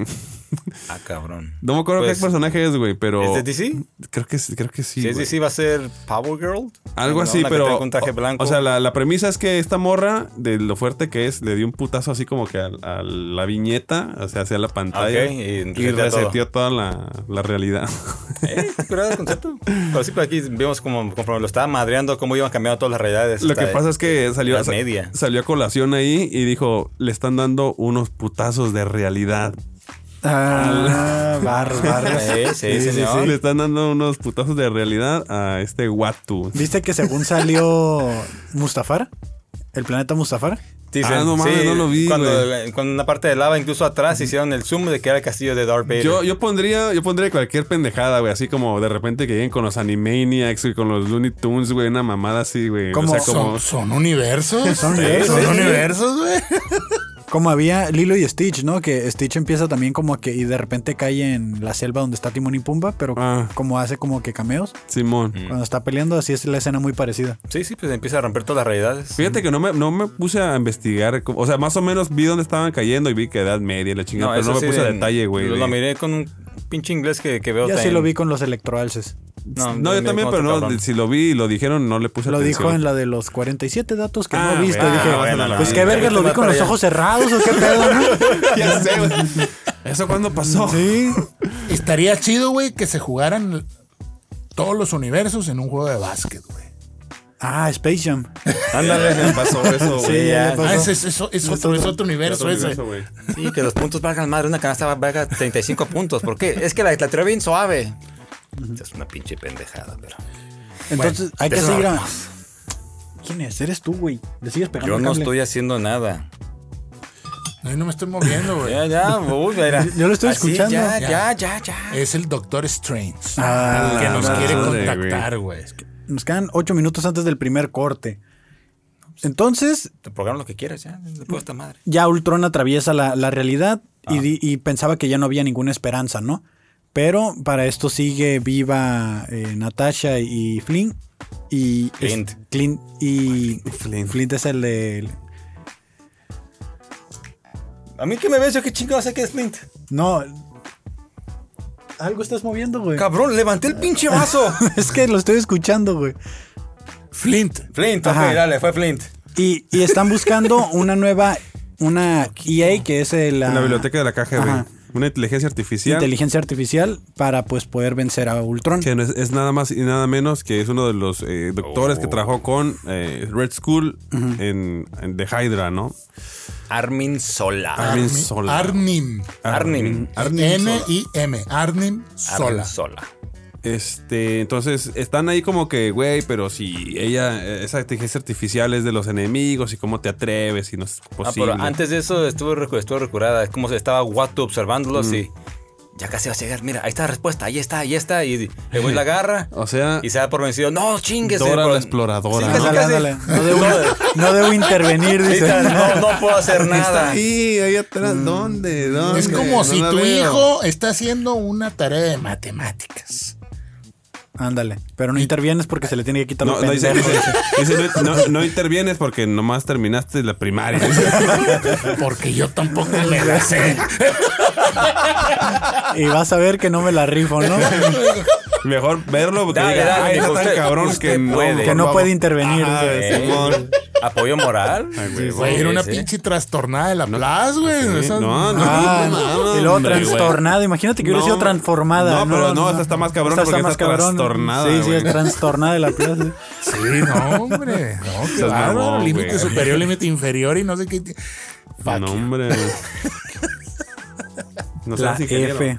S4: Ah, cabrón.
S1: No me acuerdo
S4: Pues,
S1: qué personaje es, güey, pero.
S4: ¿Es de DC?
S1: Creo que sí, creo que sí.
S4: Si es
S1: güey.
S4: DC, va a ser Power Girl.
S1: Algo
S4: Una
S1: así,
S4: onda que
S1: pero.
S4: traiga un traje
S1: o-
S4: blanco.
S1: O sea, la, la premisa es que esta morra, de lo fuerte que es, le dio un putazo así como que al- a, la viñeta, o sea, hacia la pantalla.
S4: Ok, y
S1: y
S4: resetea todo.
S1: reseteó toda la, la realidad.
S4: Eh, curado el concepto. Pero sí, pero aquí vemos como conforme lo estaba madreando, cómo iban cambiando todas las realidades.
S1: lo que
S4: Hasta-
S1: pasa es que salió,
S4: la media.
S1: salió a colación ahí y dijo: Le están dando unos putazos de realidad.
S2: Ah, barras, barras.
S4: Sí, sí, señor.
S1: Le están dando unos putazos de realidad a este Watu.
S2: ¿Viste que según salió Mustafar? ¿El planeta Mustafar?
S4: Dicen,
S1: Ah, no mames, no lo vi,
S4: Cuando,
S1: güey.
S4: cuando una parte de lava, incluso atrás, hicieron el zoom de que era el castillo de Darth Vader.
S1: Yo, yo pondría, yo pondría cualquier pendejada, güey. Así como de repente que lleguen con los Animaniacs y con los Looney Tunes, güey. Una mamada así, güey. O
S2: ¿Cómo?
S1: sea, como.
S3: Son, son universos.
S2: Son
S3: Son,
S2: universos.
S3: universos, güey.
S2: Como había Lilo y Stitch, ¿no? Que Stitch empieza también como que y de repente cae en la selva donde está Timón y Pumba, pero
S1: Ah.
S2: como hace como que cameos.
S1: Simón.
S2: Cuando está peleando, así es la escena muy parecida.
S4: Sí, sí, pues empieza a romper todas las realidades.
S1: Fíjate que no me, no me puse a investigar. como- O sea, más o menos vi dónde estaban cayendo y vi que edad media y la chingada. pero
S4: eso
S1: no me
S4: sí,
S1: puse a
S4: en-
S1: detalle, güey.
S4: Lo,
S1: de-
S4: miré con un pinche inglés que, que veo.
S2: Ya sí
S4: tan-
S2: lo vi con los electroalces.
S1: No,
S4: me-
S1: yo
S4: me-
S1: también, pero
S4: como otro
S1: no,
S4: cabrón.
S1: si lo vi y lo dijeron, no le puse
S2: Lo
S1: atención.
S2: dijo en la de los 47 datos que
S1: Ah,
S2: no viste.
S1: bueno,
S2: Dije,
S1: ah, bueno, la
S2: pues
S1: vi.
S2: qué verga,
S4: Te
S2: lo vi
S4: fuiste
S2: con
S4: para
S2: los
S4: allá.
S2: ojos cerrados o qué pedo, ¿no?
S1: ya sé, güey. ¿Eso cuándo pasó?
S2: Sí.
S3: Estaría chido, güey, que se jugaran todos los universos en un juego de básquet, güey.
S2: Ah, Space Jam.
S1: Ándale, me pasó eso,
S2: Sí,
S1: güey.
S2: ya
S4: ya.
S2: le pasó.
S3: Ah, es, es- es- es otro, es otro universo
S1: Otro
S3: ese.
S1: universo, güey.
S4: Sí, que los puntos valgan madre. Una canasta valga 35 puntos. ¿Por qué? Es que la, la tiró bien suave. Es una pinche pendejada, pero.
S2: Entonces, hay que
S4: eso
S2: seguir.
S4: no.
S2: a- ¿Quién es? Eres tú, güey. Le sigues pegando.
S4: Yo no
S2: cable.
S4: estoy haciendo nada.
S3: Ay, no me estoy moviendo, güey.
S4: Ya, ya, uy, mira.
S2: Yo lo estoy escuchando.
S4: Ya, ya, ya, ya.
S3: Es el Doctor Strange.
S2: Ah,
S3: que nos
S1: no,
S3: quiere
S1: no,
S3: contactar, güey.
S2: Nos quedan ocho minutos antes del primer corte. Entonces,
S4: Te programa lo que quieras, ya. Después esta madre.
S2: ya Ultron atraviesa la, la realidad
S1: Ah.
S2: y, di- y pensaba que ya no había ninguna esperanza, ¿no? Pero para esto sigue viva eh, Natasha y Flynn. Y es-
S4: Clint.
S2: Clint y
S1: Flynn.
S2: Flint es el de...
S4: A mí que me ves, yo qué chingados sé que es Flint.
S2: No. Algo estás moviendo, güey.
S4: Cabrón, levanté el pinche vaso.
S2: es que lo estoy escuchando, güey.
S3: Flint.
S4: Flint, ok,
S2: Ajá.
S4: dale, fue Flint.
S2: Y, y están buscando una nueva... Una EA que es el,
S1: En
S2: ah,
S1: la biblioteca de la caja,
S2: Ajá.
S1: güey. Una inteligencia artificial.
S2: inteligencia artificial para pues poder vencer a Ultron.
S1: Que no es, es nada más y nada menos que es uno de los eh, doctores que trabajó con eh, Red Skull en, en The Hydra, ¿no?
S4: Armin Sola.
S3: Ah,
S1: Armin Sola.
S3: Arnim.
S4: Arnim.
S3: N-I-M. Arnim Sola.
S4: Armin Sola.
S1: Este, entonces están ahí como que, güey, pero si ella, eh, esa inteligencia artificial es de los enemigos y cómo te atreves y no es
S4: Ah,
S1: posible.
S4: pero antes de eso estuvo, recu- estuvo recurada. Es como si estaba Watto observándolos y ya casi va a llegar. Mira, ahí está la respuesta, ahí está, ahí está. Y el güey la agarra
S1: O sea,
S4: y se da por vencido. No, chingues.
S1: Dora
S4: pero-
S1: la exploradora.
S4: Sí,
S1: Ándale,
S4: casi, casi.
S2: Ah, ándale. No debo, no debo intervenir,
S4: Ahí
S2: dice.
S4: está, No, no puedo hacer
S1: está
S4: nada.
S1: ahí, ahí atrás,
S4: Mm.
S1: ¿dónde? ¿Dónde?
S3: Es como
S1: No
S3: si
S1: la
S3: tu
S1: veo.
S3: hijo está haciendo una tarea de matemáticas.
S2: Ándale, pero no intervienes porque se le tiene que quitar
S1: No,
S2: los
S1: no, dice,
S2: pendejos.
S1: dice- dice, no, no- no intervienes porque nomás terminaste la primaria.
S3: Porque yo tampoco me la sé.
S2: Y vas a ver que no me la rifo, ¿no?
S1: Mejor verlo porque
S4: Dale,
S1: diga,
S4: dale,
S1: "Ay,
S4: dijo,
S1: está tan
S4: usted-
S1: cabrón
S4: usted
S1: que no,
S4: puede".
S2: que no puede intervenir.
S1: Ajá,
S2: dice.
S1: sí. Simón.
S4: Apoyo moral.
S1: güey,
S4: Sí,
S3: Güey, era una
S4: sí.
S3: pinche trastornada de la plaza, güey. Esas-
S1: No, no.
S2: Ah,
S1: no,
S2: y luego
S1: hombre, güey.
S2: trastornada. Imagínate que hubiera
S1: No,
S2: sido transformada.
S1: no, pero no, esta está más cabrón porque está trastornada,
S2: Sí, sí,
S1: güey.
S2: es trastornada de la plaza.
S3: Sí, no, hombre. No, qué
S1: Seas
S3: bárbaro,
S1: mamón,
S3: Límite
S1: güey.
S3: superior, límite inferior y no sé qué. Fuck.
S1: No, hombre. No
S2: La
S1: seas ingeniero.
S2: F.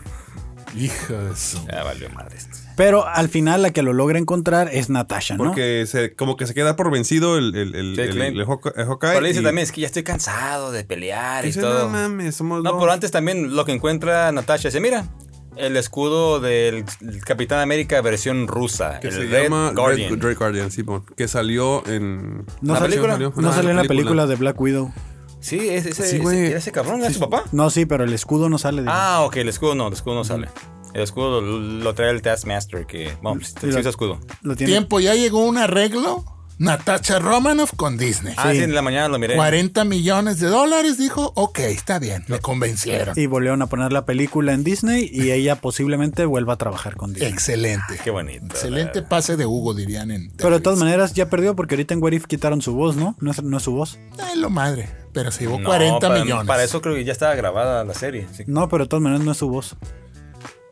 S3: Hijo de su-
S4: Ya valió madre esto.
S2: Pero al final la que lo logra encontrar es Natasha, ¿no?
S1: Porque se, como que se queda por vencido el, el, el,
S4: Sí,
S1: el-
S4: Clint.
S1: el Hawk- el Hawkeye.
S4: Pero le dice
S1: y-
S4: también, es que ya estoy cansado de pelear y
S1: dice,
S4: todo.
S1: no mames, somos
S4: No,
S1: dos".
S4: pero antes también lo que encuentra Natasha dice, mira, el escudo del Capitán América versión rusa.
S1: Que
S4: el
S1: se
S4: Red
S1: llama
S4: Guardian.
S1: Red, Red Guardian, Simón. Que salió en.
S2: No
S1: ¿La
S2: sal-
S1: película?
S2: No
S1: Ah,
S2: salió en la película de Black Widow.
S4: Sí, ese, ese,
S1: Sí, güey.
S4: ese, ese cabrón era su papá.
S2: No, sí, pero el escudo no sale de
S4: Ah, ok, el escudo no, el escudo no sale. El escudo lo, lo trae el Taskmaster, que, vamos,
S2: Y
S4: sí
S2: la-
S4: usa escudo.
S2: Lo tiene.
S3: Tiempo, ya llegó un arreglo. Natasha Romanoff con Disney.
S4: Ah, sí, en la mañana lo miré.
S3: 40 millones de dólares, dijo. Ok, está bien. Me convencieron.
S2: Y volvieron a poner la película en Disney y ella posiblemente vuelva a trabajar con Disney.
S3: Excelente.
S4: Qué bonito.
S3: Excelente pase de Hugo, dirían en.
S2: Pero de todas maneras ya perdió porque ahorita en What If quitaron su voz, ¿no? No es, no es su voz.
S3: Ay, lo madre. Pero se llevó
S4: No,
S3: 40
S4: para,
S3: millones.
S4: Para eso creo que ya estaba grabada la serie. así que-
S2: No, pero de todas maneras no es su voz.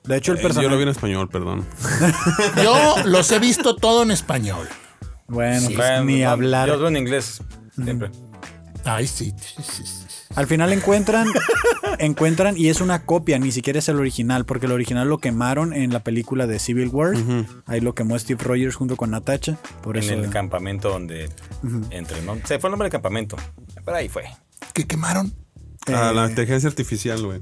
S2: De hecho, el
S1: Eh, Yo lo vi
S2: personaje...
S1: en español, perdón.
S3: Yo los he visto todo en español.
S2: bueno, pues,
S4: Bueno,
S2: ni
S4: no,
S2: hablar.
S4: Yo los veo en inglés. Siempre.
S3: Ay, sí. sí, sí, sí.
S2: Al final encuentran, encuentran y es una copia, ni siquiera es el original, porque el original lo quemaron en la película de Civil War. Ahí lo quemó Steve Rogers junto con Natasha. Por
S4: En
S2: eso...
S4: el campamento donde entre, ¿no? Se fue el nombre del campamento. Pero ahí fue.
S3: ¿Qué quemaron?
S2: Eh.
S1: A Ah, la inteligencia artificial, güey.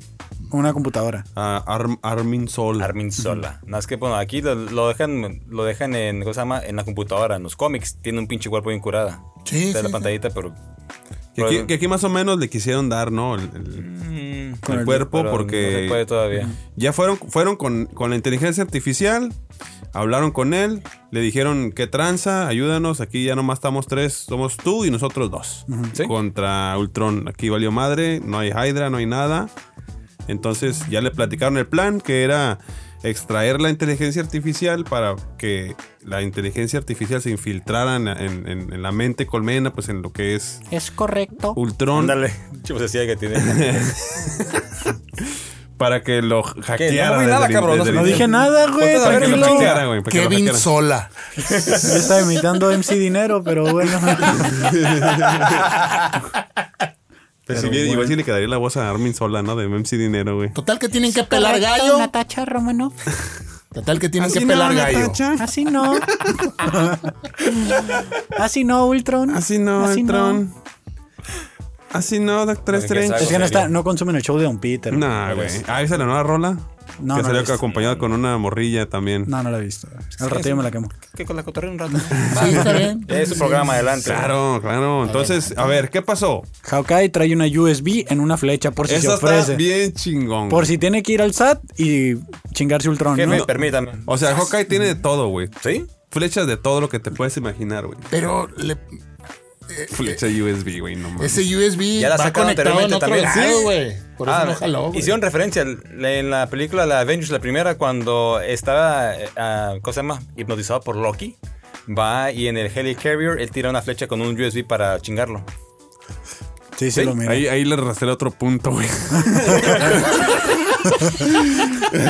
S2: Una computadora.
S1: A Arm- Armin Sol.
S4: Armin Sola. Nada más que, bueno, aquí lo, lo dejan, lo dejan en, ¿cómo se llama? En la computadora, en los cómics. Tiene un pinche cuerpo bien curada.
S3: Sí,
S4: Está en
S3: sí,
S4: la
S3: sí.
S4: pantallita, pero...
S1: que, aquí, que aquí más o menos le quisieron dar, ¿no? El, el-
S4: mm,
S1: el cuerpo
S4: pero
S1: porque...
S4: No se puede todavía.
S1: Ya fueron, fueron con, con la inteligencia artificial, hablaron con él, le dijeron qué tranza, ayúdanos, aquí ya nomás estamos tres, somos tú y nosotros dos.
S4: Sí.
S1: Contra Ultron, aquí valió madre, no hay Hydra, no hay nada. Entonces ya le platicaron el plan, que era extraer la inteligencia artificial para que la inteligencia artificial se infiltrara en, en- en- en la mente colmena, pues en lo que es
S2: Es correcto.
S1: Ultron,
S4: Ándale, yo pues, decía que tiene.
S1: para que lo
S4: Que
S1: hackeara.
S4: no, güey, nada,
S1: desde el-
S4: cabrón, no
S1: desde
S4: se-
S1: el-
S2: No dije nada, güey.
S4: Ponte a
S1: Para que lo
S2: tranquilo.
S1: hackeara, güey, para que lo
S3: Kevin
S1: hackeara.
S3: Sola.
S2: Yo estaba imitando MC Dinero, pero bueno.
S1: Pues
S2: Pero
S1: sí, bien,
S2: bueno.
S1: Igual sí le quedaría la voz a Armin Sola, ¿no? De MC Dinero, güey.
S3: Total que tienen que pelar gallo.
S2: Natacha Romanoff.
S3: Total que tienen que pelar gallo.
S2: Así no. Así no, Ultron.
S1: Así no,
S2: Así
S1: Ultron. Así no, Doctor
S4: Porque
S1: Strange.
S2: Es que no,
S4: Serio.
S2: está, no consumen el show de Don Peter.
S1: Nah, güey. Ah, ¿esa es la nueva rola?
S2: No,
S1: que
S2: no la he
S1: salió
S2: visto.
S1: acompañada con una morrilla también.
S2: No, no lo he visto. Al ratillo me la quemo.
S4: que con la cotorrea un rato.
S3: Sí, está bien.
S4: Es su programa, adelante.
S1: Claro, claro. Entonces, a ver, ¿qué pasó?
S2: Hawkeye trae una USB en una flecha por si
S1: Esa
S2: Pues, se
S1: está
S2: ofrece.
S1: bien chingón.
S2: Por si tiene que ir al SAT y chingarse Ultron,
S4: Jefe,
S2: ¿no?
S4: permítame.
S1: O sea, Hawkeye tiene de todo, güey.
S4: ¿Sí?
S1: Flechas de todo lo que te puedes imaginar, güey.
S3: Pero le- eh,
S1: Flecha USB, güey, no mames.
S3: ese USB
S4: Ya la
S3: va
S4: sacaron
S3: conectado en
S4: anteriormente
S3: otro
S4: también.
S3: lado,
S4: Sí.
S3: güey. Por eso
S4: Ah,
S3: no jaló, güey.
S4: Hicieron referencia al- en la película La Avengers, la primera, cuando estaba, eh, ah, ¿cómo se llama? Hipnotizado por Loki. Va y en el Helicarrier él tira una flecha con un USB para chingarlo.
S2: Sí, sí, lo mira.
S1: Ahí, ahí le rastré otro punto, güey.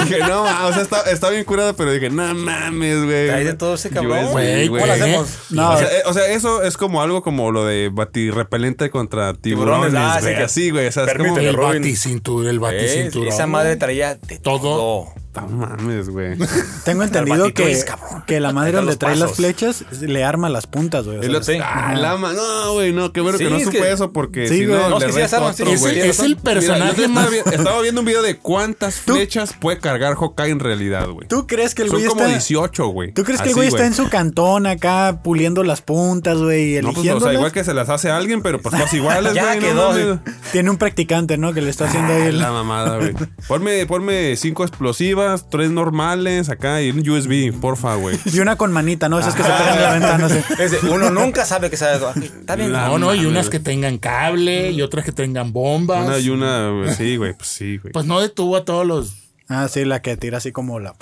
S1: dije, no, ma, o sea, está, está bien curada, pero dije, no mames, güey.
S4: Trae de todo ese cabrón.
S1: USB, güey.
S3: Güey,
S4: ¿Cómo lo
S3: güey.
S4: hacemos?
S2: No,
S1: O, sea, eh, o sea, eso es como algo como lo de batirrepelente contra tiburones,
S4: Tiburones, ah, sí,
S1: güey.
S4: que-
S1: Así, güey. O sea, es como...
S4: Permíteme.
S3: El
S4: Robin.
S3: baticintura, el
S4: ¿Ves?
S3: baticintura.
S4: Esa madre traía de
S3: Todo.
S4: todo.
S1: No mames, güey.
S2: tengo entendido
S4: batito
S2: que,
S4: es, cabrón.
S2: que la madre
S4: Saca
S2: donde
S4: los
S2: trae las
S4: pasos.
S2: flechas le arma las puntas, güey. o
S1: El
S2: sea,
S1: otro- Ah, la ma- No, güey, no. Qué bueno
S4: Sí,
S1: que no
S4: es
S1: supe
S4: que-
S1: eso porque
S2: Sí,
S1: si
S2: güey.
S1: no,
S4: No,
S1: le
S4: sí, sí,
S1: resto
S4: ya
S1: otro,
S4: saben, sí,
S1: güey.
S4: sí,
S1: Mira,
S3: es el personaje
S1: yo estaba,
S3: más-
S1: vi- estaba viendo un video de cuántas flechas puede cargar Hawkeye en realidad, güey.
S2: ¿Tú crees que el
S1: Son
S2: güey
S1: como
S2: está...
S1: 18, güey.
S2: ¿Tú crees que el
S1: Así,
S2: güey está en su cantón acá puliendo las puntas, güey, y
S1: No, pues, o
S2: eligiéndolas?
S1: sea, igual que se las hace a alguien, pero pues todas iguales,
S4: Ya
S1: güey. no
S4: quedó,
S1: mames.
S4: güey.
S2: Tiene un practicante, ¿no? Que le está haciendo ahí el...
S1: La mamada, güey. Ponme, ponme cinco explosivas, tres normales acá y un USB, porfa, güey.
S2: Y una con manita, ¿no? Esas que se pegan en la ventana. así.
S4: Es de, uno nunca sabe que sabe. Ah, Está bien.
S1: La-
S3: No, no, y
S1: Mames.
S3: unas que tengan cable y otras que tengan bombas.
S1: Una y una, güey, sí, güey, pues sí, güey.
S3: Pues no detuvo a todos los.
S2: Ah, sí, la que tira así como la...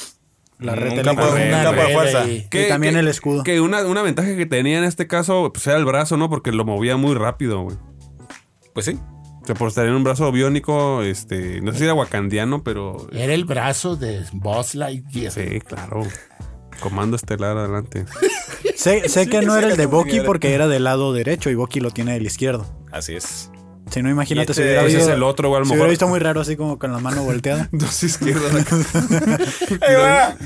S2: La red
S4: Nunca
S2: eléctrica.
S4: puede-
S3: una
S4: nunca puede
S3: red
S4: fuerza.
S3: ahí.
S2: y también el escudo.
S1: Que una, una ventaja que tenía en este caso, pues era el brazo, ¿no? Porque lo movía muy rápido, güey.
S4: Pues sí.
S1: O sea, por tener un brazo biónico, este, no sé si era wakandiano, pero
S2: Eh.
S3: Era el brazo de Boss Lightyear.
S1: sí, claro. Comando estelar adelante.
S2: Sé, sé que no era el de Bucky porque era del lado derecho y Bucky lo tiene del izquierdo. Así
S4: es.
S2: Si no, imagínate,
S4: Y
S2: se
S4: este-
S2: hubiera
S1: ese
S2: visto-
S1: es el otro, güey, a lo
S2: Se hubiera
S1: mejor.
S2: visto muy raro así como con la mano volteada.
S1: Dos izquierdas acá.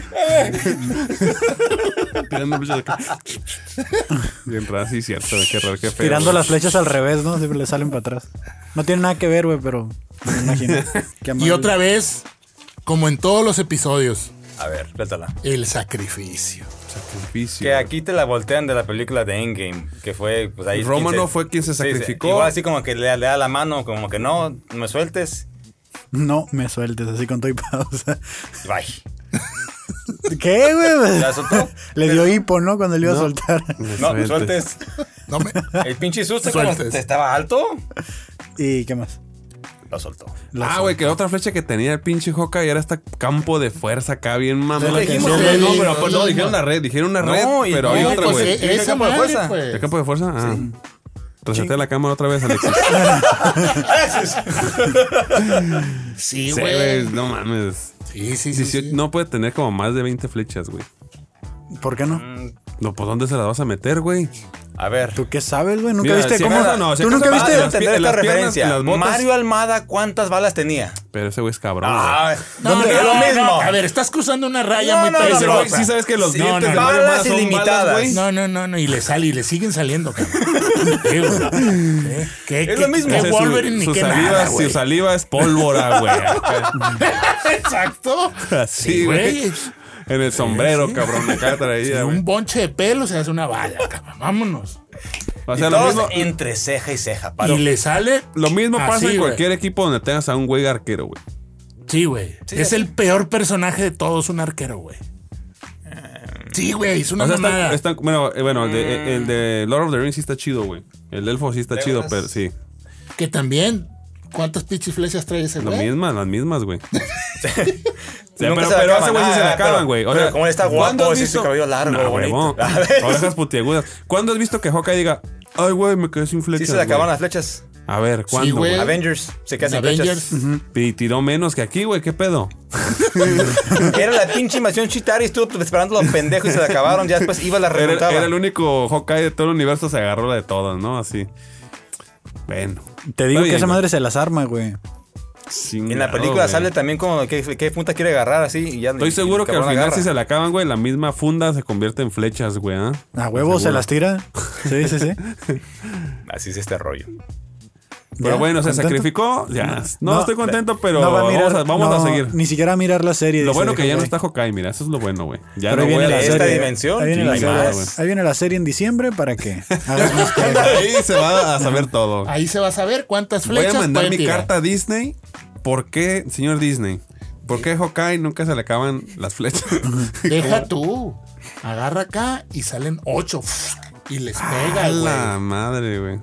S1: Tirando flechas acá. Bien raro, sí, cierto. Qué raro, qué feo.
S2: Tirando
S1: güey.
S2: las flechas al revés, ¿no? Siempre le salen para atrás. No tiene nada que ver, güey, pero me imagino. Qué
S3: Y
S2: amable.
S3: otra vez, como en todos los episodios,
S4: A ver, plátala.
S3: el sacrificio.
S1: Sacrificio.
S4: Que aquí te la voltean de la película de Endgame, que fue, pues ahí...
S1: Romano
S4: quien
S1: fue quien se
S4: sí,
S1: sacrificó.
S4: igual así como que le, le da la mano, como que no, no me sueltes,
S2: No me sueltes así con todo y pausa.
S4: bye.
S2: ¿Qué, güey?
S4: ¿La soltó?
S2: Le dio hipo, ¿no? Cuando le iba a soltar.
S4: No, me sueltes.
S3: No me-
S4: El pinche susto cuando
S3: Sueltes.
S4: te estaba alto,
S2: ¿Y qué más?
S4: lo soltó.
S2: La
S1: Ah,
S2: sol-
S1: güey, que la otra flecha que tenía el pinche Hawkeye era este campo de fuerza acá, bien mamón.
S4: lo dijimos,
S1: no,
S3: güey.
S1: no, pero pues,
S3: No,
S1: no,
S3: no.
S1: dijeron la red, dijeron una red,
S4: No, y
S1: pero
S4: no,
S1: hay
S4: Oye,
S1: otra,
S3: pues,
S1: güey.
S4: eh,
S3: e-
S4: Dije
S3: esa
S4: campo de
S3: madre,
S4: fuerza.
S3: pues.
S1: ¿El campo de fuerza? Ah. Resetea la cámara otra vez, Alexis. Sí,
S3: Sí, güey.
S1: güey, no mames.
S3: Sí, sí, sí.
S1: 18
S3: sí.
S1: No puede tener como más de 20 flechas, güey.
S2: ¿Por qué no?
S1: No, ¿por dónde se las vas a meter, güey?
S4: A ver.
S2: ¿Tú qué sabes, güey? ¿Nunca
S1: Mira,
S2: viste
S1: si
S2: cómo...?
S1: acaso- no, si
S2: ¿Tú
S1: acaso
S2: nunca
S1: va-
S2: viste...?
S4: Vas a
S1: las
S4: entender
S1: pie-
S4: esta
S1: las piernas,
S4: referencia.
S1: las botas?
S4: Mario Almada, ¿cuántas balas tenía?
S1: Pero ese güey es cabrón, güey.
S4: Ah,
S3: No, no,
S4: ¿dónde-
S3: no,
S4: lo mismo.
S3: no, A ver, estás cruzando una raya
S4: No,
S3: muy
S4: no, no,
S1: Ese güey sí
S4: no, no, no.
S3: peligrosa.
S1: sabes que los
S4: Sí,
S1: dientes de
S4: balas
S1: Mario Almada son
S4: ilimitadas.
S1: güey.
S3: No, no, no, no. Y le sale y le siguen saliendo, cabrón. Sí, güey. ¿Eh? ¿Qué,
S4: Es lo mismo.
S3: qué
S1: O sea, su-
S3: Wolverine ni
S1: su
S3: qué
S1: saliva,
S3: nada,
S1: su
S3: güey.
S1: saliva es pólvora, güey.
S3: Exacto.
S1: Así, güey. En el sombrero, cabrón, acá
S3: De
S1: traía, güey.
S3: un bonche de pelo se hace una bala, cabrón. Vámonos.
S1: O
S4: Y
S1: sea, lo
S4: todos
S1: mismo,
S4: entre ceja y ceja.
S3: Y
S4: paro.
S3: le sale.
S1: lo mismo pasa
S3: así,
S1: en
S3: Ah, güey.
S1: cualquier equipo donde tengas a un güey arquero, güey.
S3: Sí, güey. es
S4: sí.
S3: el peor personaje de todos, un arquero, güey. Sí, güey, es una
S1: Eh. O sea,
S3: mamada.
S1: están, están- bueno, eh, bueno el, de, el de Lord of the Rings sí está chido, güey. El elfo sí está chido,
S4: Legolas.
S1: pero sí.
S3: Que también ¿Cuántas pinches flechas trae ese
S1: Lo
S3: güey?
S1: misma, las mismas, güey. Sí, pero
S4: ¿Eh? Nunca se le
S1: pero a
S4: acaban
S1: ese güey sí se le
S4: nada,
S1: acaban,
S4: pero-
S1: güey. O
S4: pero
S1: sea,
S4: como él está guapo,
S1: ¿cuándo has
S4: sí, su cabello largo,
S1: No,
S4: bonito.
S1: huevo. Orejas putiagudas. ¿Cuándo has visto que Hawkeye diga, ay, güey, me quedé sin flechas?
S4: Sí se le acabaron
S1: güey"?
S4: las flechas.
S1: A ver, ¿cuándo?
S3: güey.
S1: güey?
S4: Avengers, se queda
S3: En
S4: sin flechas.
S3: Avengers.
S1: Y tiró menos que aquí, güey, ¿qué pedo?
S4: Era la pinche invasión Chitari, estuvo esperando los pendejos y se la acabaron. Ya después iba a la
S1: Era,
S4: remontaba.
S1: era el único Hawkeye de todo el universo, se agarró la de todas, ¿no? Así. Bueno.
S2: Te digo que esa madre se las arma, güey.
S4: En la película sale también como qué, qué punta quiere agarrar así y ya.
S1: Estoy
S4: y-
S1: seguro
S4: y
S1: que al
S4: cabrón
S1: final,
S4: agarra.
S1: si se la acaban, güey, la misma funda se convierte en flechas, güey. ¿ah?
S2: A huevo se
S1: Seguro.
S2: las tira. Sí, sí, sí.
S4: Así es este rollo.
S1: Pero
S2: Ya,
S1: bueno, se
S2: ¿contento?
S1: sacrificó. Ya. No, estoy contento, pero
S2: no va a
S1: vamos,
S2: mirar-
S1: a, vamos a
S2: no,
S1: seguir.
S2: Ni siquiera a mirar la serie.
S1: Lo
S2: dice,
S1: bueno que ya no
S2: déjame.
S1: está Hawkeye, mira, eso es lo bueno, güey. Ya
S2: Pero
S1: no
S2: ahí viene
S1: voy a
S2: la
S4: esta
S2: serie.
S4: dimensión.
S2: Ahí viene, la
S1: Sí,
S2: serie,
S1: madre, güey.
S2: ahí viene la serie en diciembre para que hagas más que-
S1: Ahí se va a saber todo.
S3: Ahí se va a saber cuántas
S1: Voy
S3: flechas.
S1: a mandar
S3: pueden
S1: mi
S3: tirar.
S1: carta a Disney. ¿Por qué, señor Disney? ¿Por qué Hawkeye nunca se le acaban las flechas?
S3: Deja tú. Agarra acá y salen ocho. Y les pega,
S1: a
S3: güey.
S1: Ah, la madre, güey.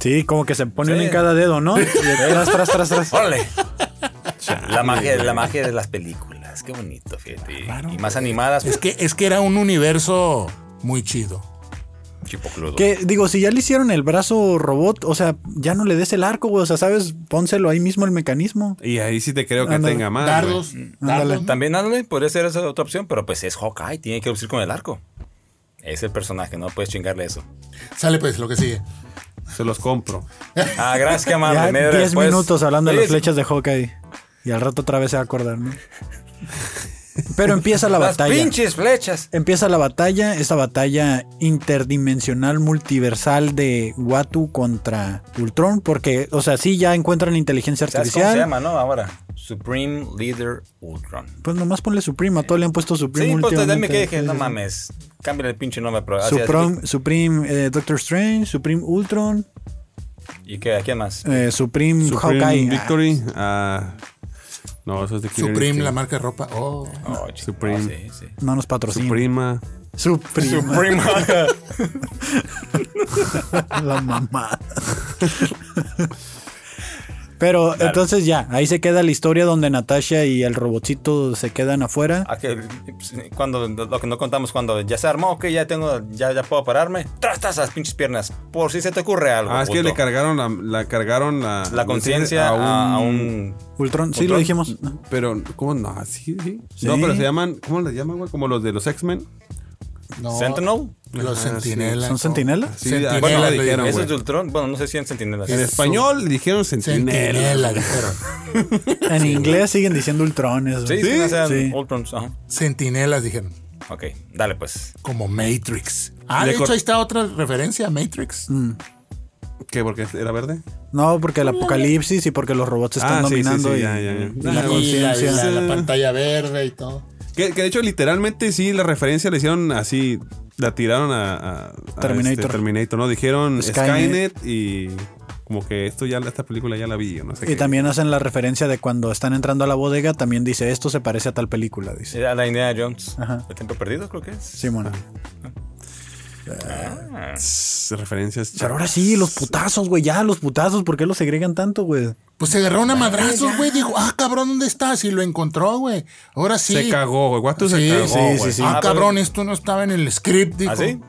S2: Sí, como que se pone una
S4: Sí.
S2: en cada dedo, ¿no? Y tras, tras, tras, tras.
S4: Órale. la, magia, la magia de las películas. Qué bonito, fíjate. Y- y más animadas.
S3: Es que, es que era un universo muy chido.
S4: chipocludo.
S2: Que digo, si ya le hicieron el brazo robot, o sea, ya no le des el arco, güey. O sea, sabes, pónselo ahí mismo el mecanismo.
S1: Y ahí sí te creo que
S2: Ándale.
S1: tenga más. Ah, güey.
S3: dardos, dardos.
S4: También ándale, podría ser esa otra opción, pero pues es Hawkeye, tiene que lucir con el arco. Es el personaje, no puedes chingarle eso.
S3: Sale pues lo que sigue.
S1: Se los compro.
S4: Ah, gracias, que amable.
S2: ya
S4: Media
S2: 10
S4: hora después-
S2: minutos hablando de
S4: Oye,
S2: las flechas de Hawkeye. Y al rato otra vez se va a acordar, ¿no? Pero empieza la
S4: Las
S2: batalla.
S4: pinches flechas.
S2: Empieza la batalla, esta batalla interdimensional multiversal de Watu contra Ultron, porque, o sea, sí ya encuentran inteligencia
S4: ¿Sabes cómo se
S2: artificial.
S4: llama, no? Ahora, Supreme Leader Ultron.
S2: Pues nomás ponle Supreme, a todo le han puesto Supreme.
S4: Sí, pues
S2: últimamente.
S4: también que dije,
S2: Sí,
S4: no
S2: sí, sí.
S4: mames, cámbiale el pinche nombre, pero así-
S2: Supreme, Supreme eh, Doctor Strange, Supreme Ultron,
S4: ¿Y qué? ¿A quién más?
S2: eh, Supreme,
S1: Supreme
S2: Hawkeye.
S1: Victory. ah, no, eso es de Killer
S3: Supreme,
S1: Instinct.
S3: la marca de ropa. Oh.
S4: Oh, chico,
S1: Supreme.
S4: sí, sí.
S2: Ah, no nos patrocina. Supreme.
S1: Suprema.
S4: Supreme.
S2: La mamá. Pero entonces ya, ahí se queda la historia donde Natasha y el robotcito se quedan afuera.
S4: Ah, que, cuando lo que no contamos cuando ya se armó, ok, ya tengo, ya, ya puedo pararme. Trastas las pinches piernas. Por si se te ocurre algo.
S1: Ah, es que
S4: puto.
S1: le cargaron la, la cargaron la,
S4: la conciencia a un,
S2: Ultron, sí
S4: Ultron.
S2: lo dijimos.
S1: Pero, ¿cómo no? Sí, sí.
S2: Sí.
S1: No, pero se llaman, ¿cómo les llaman, güey? Como los de los X-Men.
S3: No.
S4: Sentinel.
S3: Los
S1: Ah,
S3: sentinelas.
S2: ¿Son sentinelas?
S1: Sí, ah,
S3: Sentinela,
S1: bueno, la
S3: le
S1: dijeron,
S3: dijeron.
S4: Eso
S1: güey.
S4: es de Ultron. Bueno, no sé si en Sentinelas.
S1: En
S3: Eso.
S1: español le dijeron sentinela.
S3: Sentinela, dijeron.
S2: En inglés siguen diciendo Ultrones.
S4: Sí,
S2: güey.
S4: sí, no sean
S2: Sí.
S4: Ultron. Ajá.
S3: Sentinelas, dijeron.
S4: Ok, dale pues.
S3: Como Matrix. Ah,
S1: Le
S3: de hecho,
S1: cor-
S3: ahí está otra referencia a Matrix.
S2: Mm,
S1: ¿Qué? ¿Porque era verde?
S2: No, porque el apocalipsis y porque los robots están
S1: Ah, sí, sí,
S2: dominando.
S1: sí,
S2: y-
S1: ya, ya, ya.
S2: y
S1: Ah,
S2: la
S1: sí,
S3: Y la,
S2: conciencia.
S3: la- la pantalla verde y todo.
S1: Que, que de hecho, literalmente sí, la referencia le hicieron así. La tiraron a, a- a
S2: Terminator.
S1: este Terminator, ¿no? Dijeron Skynet.
S2: Skynet.
S1: y como que esto ya, esta película ya la vi, o no sé
S2: Y
S1: qué.
S2: también hacen la referencia de cuando están entrando a la bodega, también dice esto se parece a tal película, dice.
S4: Era la Indiana Jones.
S2: Ajá.
S4: El tiempo perdido, creo que es.
S2: Simona.
S1: Ah. Tss, Referencias.
S2: Pero ahora sí, los putazos, güey, ya, los putazos, ¿por qué los segregan tanto, güey?
S3: Pues se agarró una madrazo, güey. Dijo, ah, cabrón, ¿dónde estás? Y lo encontró, güey. Ahora sí.
S1: Se cagó, güey. Guatu se
S3: Sí,
S1: cagó.
S2: sí,
S1: güey.
S2: sí, sí.
S3: Ah,
S4: Ah,
S3: cabrón, esto no estaba en el script,
S1: ¿Ah,
S3: dijo.
S4: Así.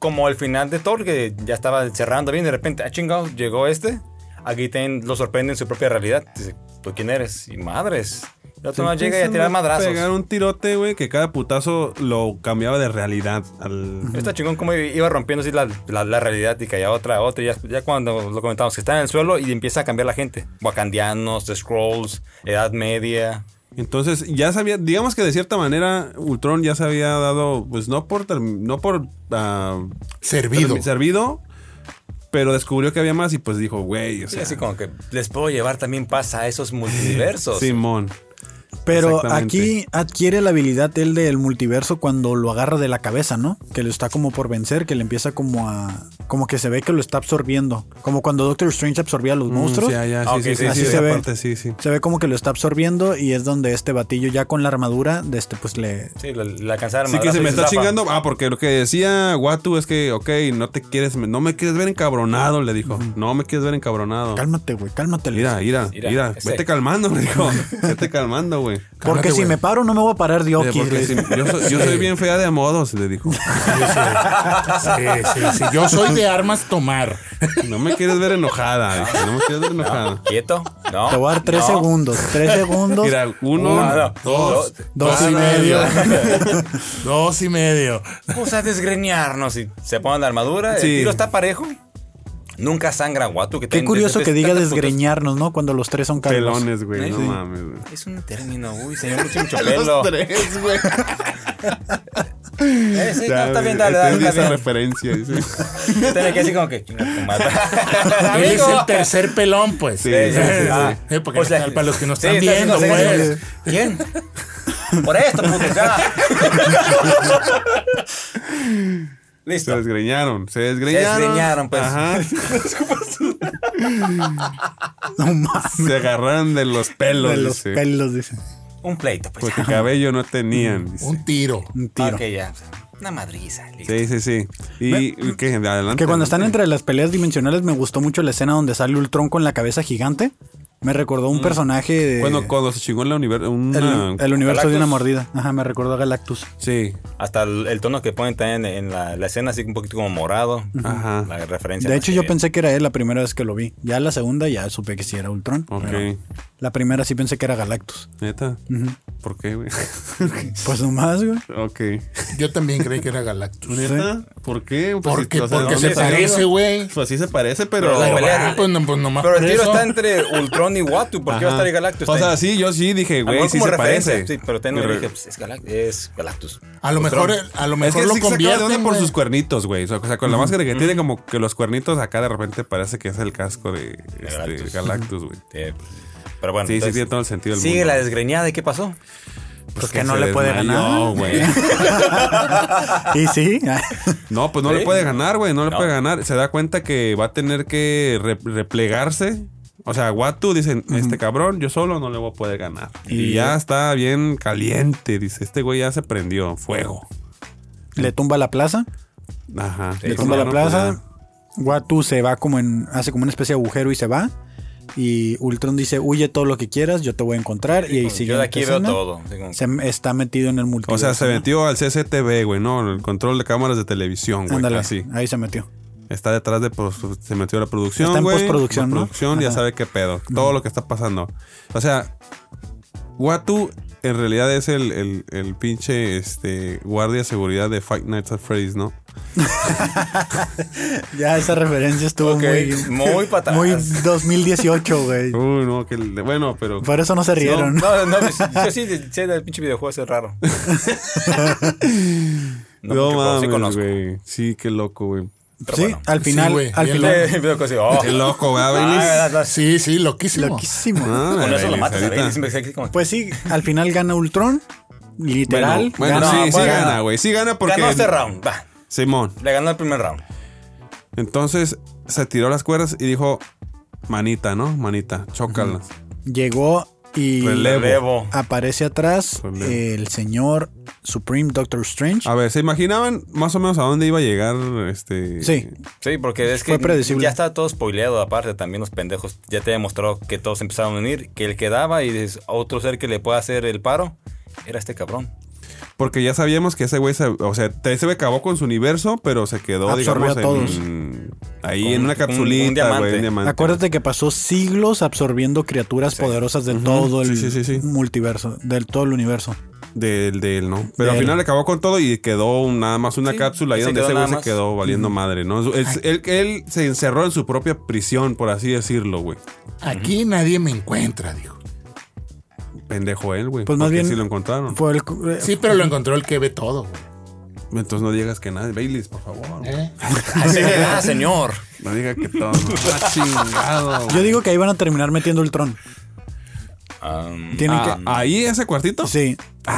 S4: Como el final de Thor, que ya estaba cerrando bien, de repente, ah, chingado, llegó este. Aquí ten- lo sorprende en su propia realidad. Dice, ¿tú quién eres? Y madres. El otro más llega y a tirar madrazos.
S1: Pegar un tirote, güey, que cada putazo lo cambiaba de realidad al.
S4: Está chingón como iba rompiendo así la, la- la realidad y caía otra, otra. y Ya, ya cuando lo comentamos, que está en el suelo y empieza a cambiar la gente. Wakandianos, The Scrolls, Edad Media.
S1: Entonces, ya sabía, digamos que de cierta manera, Ultron ya se había dado, pues no por term- no por ah,
S3: Servido.
S1: termi- servido, pero descubrió que había más y pues dijo, güey, o
S4: Sí,
S1: sea,
S4: así como que les puedo llevar también paz a esos multiversos.
S1: Simón.
S2: Pero
S1: Exactamente.
S2: aquí adquiere la habilidad él del multiverso cuando lo agarra de la cabeza, ¿no? Que lo está como por vencer, que le empieza como a, Como que se ve que lo está absorbiendo. Como cuando Doctor Strange absorbía a los monstruos.
S1: Mm, ya, ya, sí,
S4: Ah, ok,
S1: sí, sí,
S2: así
S1: sí,
S2: se ve.
S1: aparte, sí, sí.
S2: Se ve como que lo está absorbiendo y es donde este batillo ya con la armadura de este pues le...
S4: Sí, la, la cansaron.
S1: Así que se me está chingando. Ah, porque lo que decía Watu es que, ok, no te quieres, no me quieres ver encabronado, le dijo. No me quieres ver encabronado.
S2: Cálmate, güey, cálmate. Luis.
S1: Mira, mira,
S4: Mira,
S1: mira.
S4: ese.
S1: Vete calmando, le dijo. Vete calmando, güey.
S2: porque
S3: Cálmate,
S2: si
S3: güey.
S2: me paro no me voy a parar de Oki.
S1: Porque
S2: Luis.
S1: si- yo, soy, yo soy bien fea de amodos, le dijo.
S3: Sí, sí, sí. Yo soy de armas tomar.
S1: No me quieres ver enojada, dijo, No me quieres ver enojada.
S4: Quieto. No.
S2: Te voy a dar tres
S4: no.
S2: segundos. Tres segundos.
S1: Mira, uno,
S4: No, Ah, no.
S1: dos,
S2: dos
S3: Dos
S2: y
S3: y
S2: medio.
S3: medio. Dos y medio.
S4: Vamos a desgreñarnos y se ponen la armadura.
S1: Sí.
S4: El tiro está parejo. Nunca sangra guato. Que
S2: Qué
S4: ten-
S2: curioso
S4: ten-
S2: que
S4: ten-
S2: diga
S4: tantas
S2: desgreñarnos, ¿no? Cuando los tres son calvos.
S1: pelones, güey. No
S4: Sí.
S1: mames, güey.
S4: putas- Es un término, uy, señor, mucho, mucho pelo.
S1: tres, güey.
S4: Eh, sí, no, está bien, dale, dale,
S1: Entendí esa
S4: está bien.
S1: referencia. dice.
S4: Tiene que decir como que chinga tu madre.
S3: Él es
S4: Amigo.
S3: el tercer pelón, pues.
S1: Sí,
S4: Sí, sí, sí, sí.
S3: Ah, eh, porque
S4: O sea,
S3: para los que nos
S4: sí,
S3: están
S4: está haciendo
S3: viendo,
S4: señas.
S3: pues.
S4: ¿Quién? Por esto, puto, ya.
S1: Se
S4: Listo.
S1: desgreñaron, se desgreñaron.
S4: desgreñaron, pues.
S1: Ajá.
S2: No mames.
S1: Se agarraron de los pelos,
S2: De los
S1: dice.
S2: pelos, dice.
S4: Un pleito, pues.
S1: Porque cabello no tenían, dice.
S3: Un tiro.
S2: Un tiro.
S4: Ok, ya. Una madriza. listo.
S1: Sí, sí, sí. Y que adelante.
S2: Que cuando están entre las peleas dimensionales me gustó mucho la escena donde sale Ultron con la cabeza gigante. Me recordó un personaje
S4: eh,
S2: de...
S1: Cuando, cuando se chingó en la universidad.
S2: el, el universo de una
S4: Galactus.
S2: mordida. Ajá, me recordó a Galactus.
S1: Sí.
S4: Hasta el, el tono que ponen también en la, la escena, así un poquito como morado.
S1: Ajá.
S4: La referencia.
S2: De
S4: más
S2: hecho,
S4: que
S2: yo
S4: bien.
S2: pensé que era él la primera vez que lo vi. Ya la segunda ya supe que sí era Ultron.
S1: Ok.
S2: pero La primera sí pensé que era Galactus.
S1: Neta. ¿Por qué, güey?
S2: Pues nomás, güey.
S1: ok.
S3: Yo también creí que era Galactus.
S1: ¿Neta? ¿Por qué? Pues,
S3: Porque,
S1: o sea,
S3: porque
S1: ¿dónde
S3: se
S1: salió?
S3: parece, güey.
S1: Pues sí se parece, pero.
S4: Pero-
S3: Pero,
S4: pelea-
S3: ah, pues, no, pues nomás
S4: Pero el
S3: por
S4: tiro
S3: eso.
S4: está entre Ultron y Watu. ¿Por qué va a
S1: Ajá.
S4: estar ahí Galactus?
S1: O sea,
S4: Ahí.
S1: sí, yo sí dije,
S4: A lo mejor
S1: güey, sí
S4: como
S1: se
S4: referencia,
S1: parece.
S4: Sí, pero tengo
S1: Pero-
S4: dije, pues, es, Galact- es Galactus.
S3: A lo mejor, a lo
S1: Es
S3: mejor
S1: que
S3: lo
S1: sí se saca de onda
S3: convierten
S1: por
S3: güey.
S1: sus cuernitos, güey. O sea, con la máscara que tiene, como que los cuernitos acá de repente parece que es el casco de este,
S4: Galactus.
S1: Galactus, güey.
S4: Eh, pero bueno.
S1: Sí, sí,
S4: entonces,
S1: tiene todo el sentido del
S4: Sigue
S1: mundo.
S4: la desgreñada. ¿Y qué pasó?
S2: Pues que no le
S1: se
S2: puede
S1: desmayó,
S2: ganar.
S1: güey.
S2: Y sí.
S1: No, pues no le
S4: Sí.
S1: puede ganar, güey. No le
S4: No.
S1: puede ganar. Se da cuenta que va a tener que re- replegarse. O sea, Watu dicen, este cabrón, yo solo no le voy a poder ganar. Y,
S2: Y-
S1: ya está bien caliente. Dice, este güey ya se prendió. Fuego.
S2: Le tumba la plaza.
S1: Ajá.
S4: Sí.
S2: Le
S1: Dijo,
S2: tumba la
S1: "Bueno, pues
S2: plaza. Watu se va como en. hace como una especie de agujero y se va. Y Ultron dice: huye todo lo que quieras, yo te voy a encontrar. Y ahí sigue.
S4: Yo de aquí veo todo. así como-
S2: Se está metido en el
S1: ya".
S2: multiverso.
S1: O sea, se
S2: ¿no?
S1: metió al CCTV, güey, ¿no? El control de cámaras de televisión, güey.
S2: Ándale,
S1: Así.
S2: ahí se metió.
S1: Está detrás de pos- se metió la producción.
S2: Está en
S1: güey.
S2: postproducción,
S1: La
S2: ¿no?
S1: producción ya
S2: Ajá.
S1: sabe qué pedo. Todo lo que está pasando. O sea, Watu en realidad es el, el- el pinche este, guardia de seguridad de Fight Nights at Freddy's, ¿no?
S2: Ya esa referencia estuvo
S4: Ok,
S2: muy.
S4: muy patadas.
S2: Muy 2018, güey.
S1: Uy, no, que el- bueno, pero.
S2: Por eso no se rieron.
S4: No, no, pues, yo sí sé del pinche videojuego ese raro.
S1: No,
S4: porque conozco- sí
S1: mames,
S4: conozco.
S1: güey. Sí, qué loco, güey.
S4: Pero
S2: sí,
S4: bueno.
S2: al final.
S3: güey,
S2: al
S3: bien
S2: final.
S4: Eh, veo cosas, oh.
S1: Qué loco, güey.
S4: Ah, no, no,
S3: Sí, sí, loquísimo.
S2: Loquísimo.
S1: Ah,
S4: Con eso lo
S1: Baileys,
S4: matas.
S1: ahorita.
S4: ¿sabes? Siempre es como-
S2: Pues sí, al final gana Ultron. Literal.
S1: Bueno, bueno,
S2: gana-
S1: sí, sí
S4: bueno.
S1: gana, güey. Sí gana porque.
S4: Ganó este round. Va.
S1: Simón.
S4: Le ganó el primer round.
S1: Entonces se tiró las cuerdas y dijo: Manita, ¿no? Manita, chócalas.
S2: Llegó y
S1: Relevo.
S4: Relevo.
S2: aparece atrás
S1: Relevo. Ah,
S2: el señor Supreme Doctor Strange.
S1: A ver, ¿se imaginaban más o menos a dónde iba a llegar este?
S2: Sí,
S4: Sí, porque es que
S2: Fue predecible.
S4: ya estaba todo spoileado, aparte también los pendejos. Ya te demostró que todos empezaron a unir, que el que daba y dices, otro ser que le pueda hacer el paro era este cabrón.
S1: Porque ya sabíamos que ese güey, se- o sea, se acabó con su universo, pero se quedó,
S2: Absorbió
S1: digamos,
S2: a
S1: en, ahí
S4: Con
S1: en una
S4: un- un
S1: capsulita,
S4: diamante.
S1: güey, un diamante.
S2: acuérdate que pasó siglos absorbiendo criaturas poderosas de todo el
S1: Sí, sí, sí, sí.
S2: multiverso, del todo el universo.
S1: Del, del, ¿no? Pero al
S2: Del-
S1: final acabó con todo y quedó un- nada más una
S4: Sí,
S1: cápsula ahí
S4: se
S1: donde
S4: quedó
S1: ese güey
S4: nada
S1: se
S4: más.
S1: quedó valiendo madre, ¿no? Él, él- él se encerró en su propia prisión, por así decirlo, güey.
S3: Aquí nadie me encuentra, dijo.
S1: Pendejo él, güey.
S2: Pues más
S1: porque
S2: bien-
S1: sí lo encontraron.
S2: Fue el, eh,
S3: Sí, pero lo encontró el que ve todo, güey.
S1: Entonces no digas que nadie. Baileys, por favor. güey.
S3: ¿Eh?
S4: Así que, ah, señor.
S1: No digas que todo. Ah, chingado.
S2: Yo digo que ahí van a terminar metiendo Ultron.
S4: Am,
S2: Tienen
S1: Ah,
S2: que.
S1: ¿Ahí ese cuartito?
S2: Sí,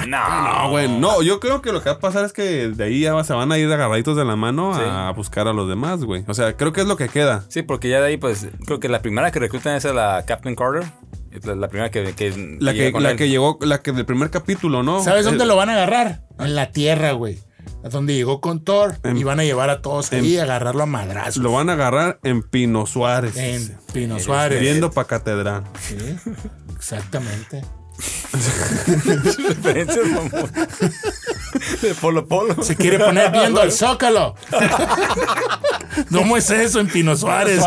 S1: No, Ah, güey. No, yo creo que lo que va a pasar es que de ahí ya va- se van a ir agarraditos de la mano a buscar a los demás, güey. O sea, creo que es lo que queda.
S4: Sí, porque ya de ahí, pues, creo que la primera que reclutan es a la Captain Carter. Es La, la primera que, que
S1: La
S4: llega
S1: que,
S4: con
S1: la
S4: él.
S1: que llegó, la que del primer capítulo, ¿no?
S3: ¿Sabes dónde
S1: Eh,
S3: lo van a agarrar? En la tierra, güey. A donde llegó con Thor.
S1: En-
S3: y van a llevar a todos ahí y agarrarlo a madrazos.
S1: Em. Eh, Lo van a agarrar en Pino Suárez.
S3: En Pino Suárez.
S1: Viendo pa' catedral.
S3: Sí, exactamente.
S4: Referencias, mamón. De Polo Polo.
S3: Se quiere poner viendo al Zócalo. ¿Cómo es eso en Pino Suárez?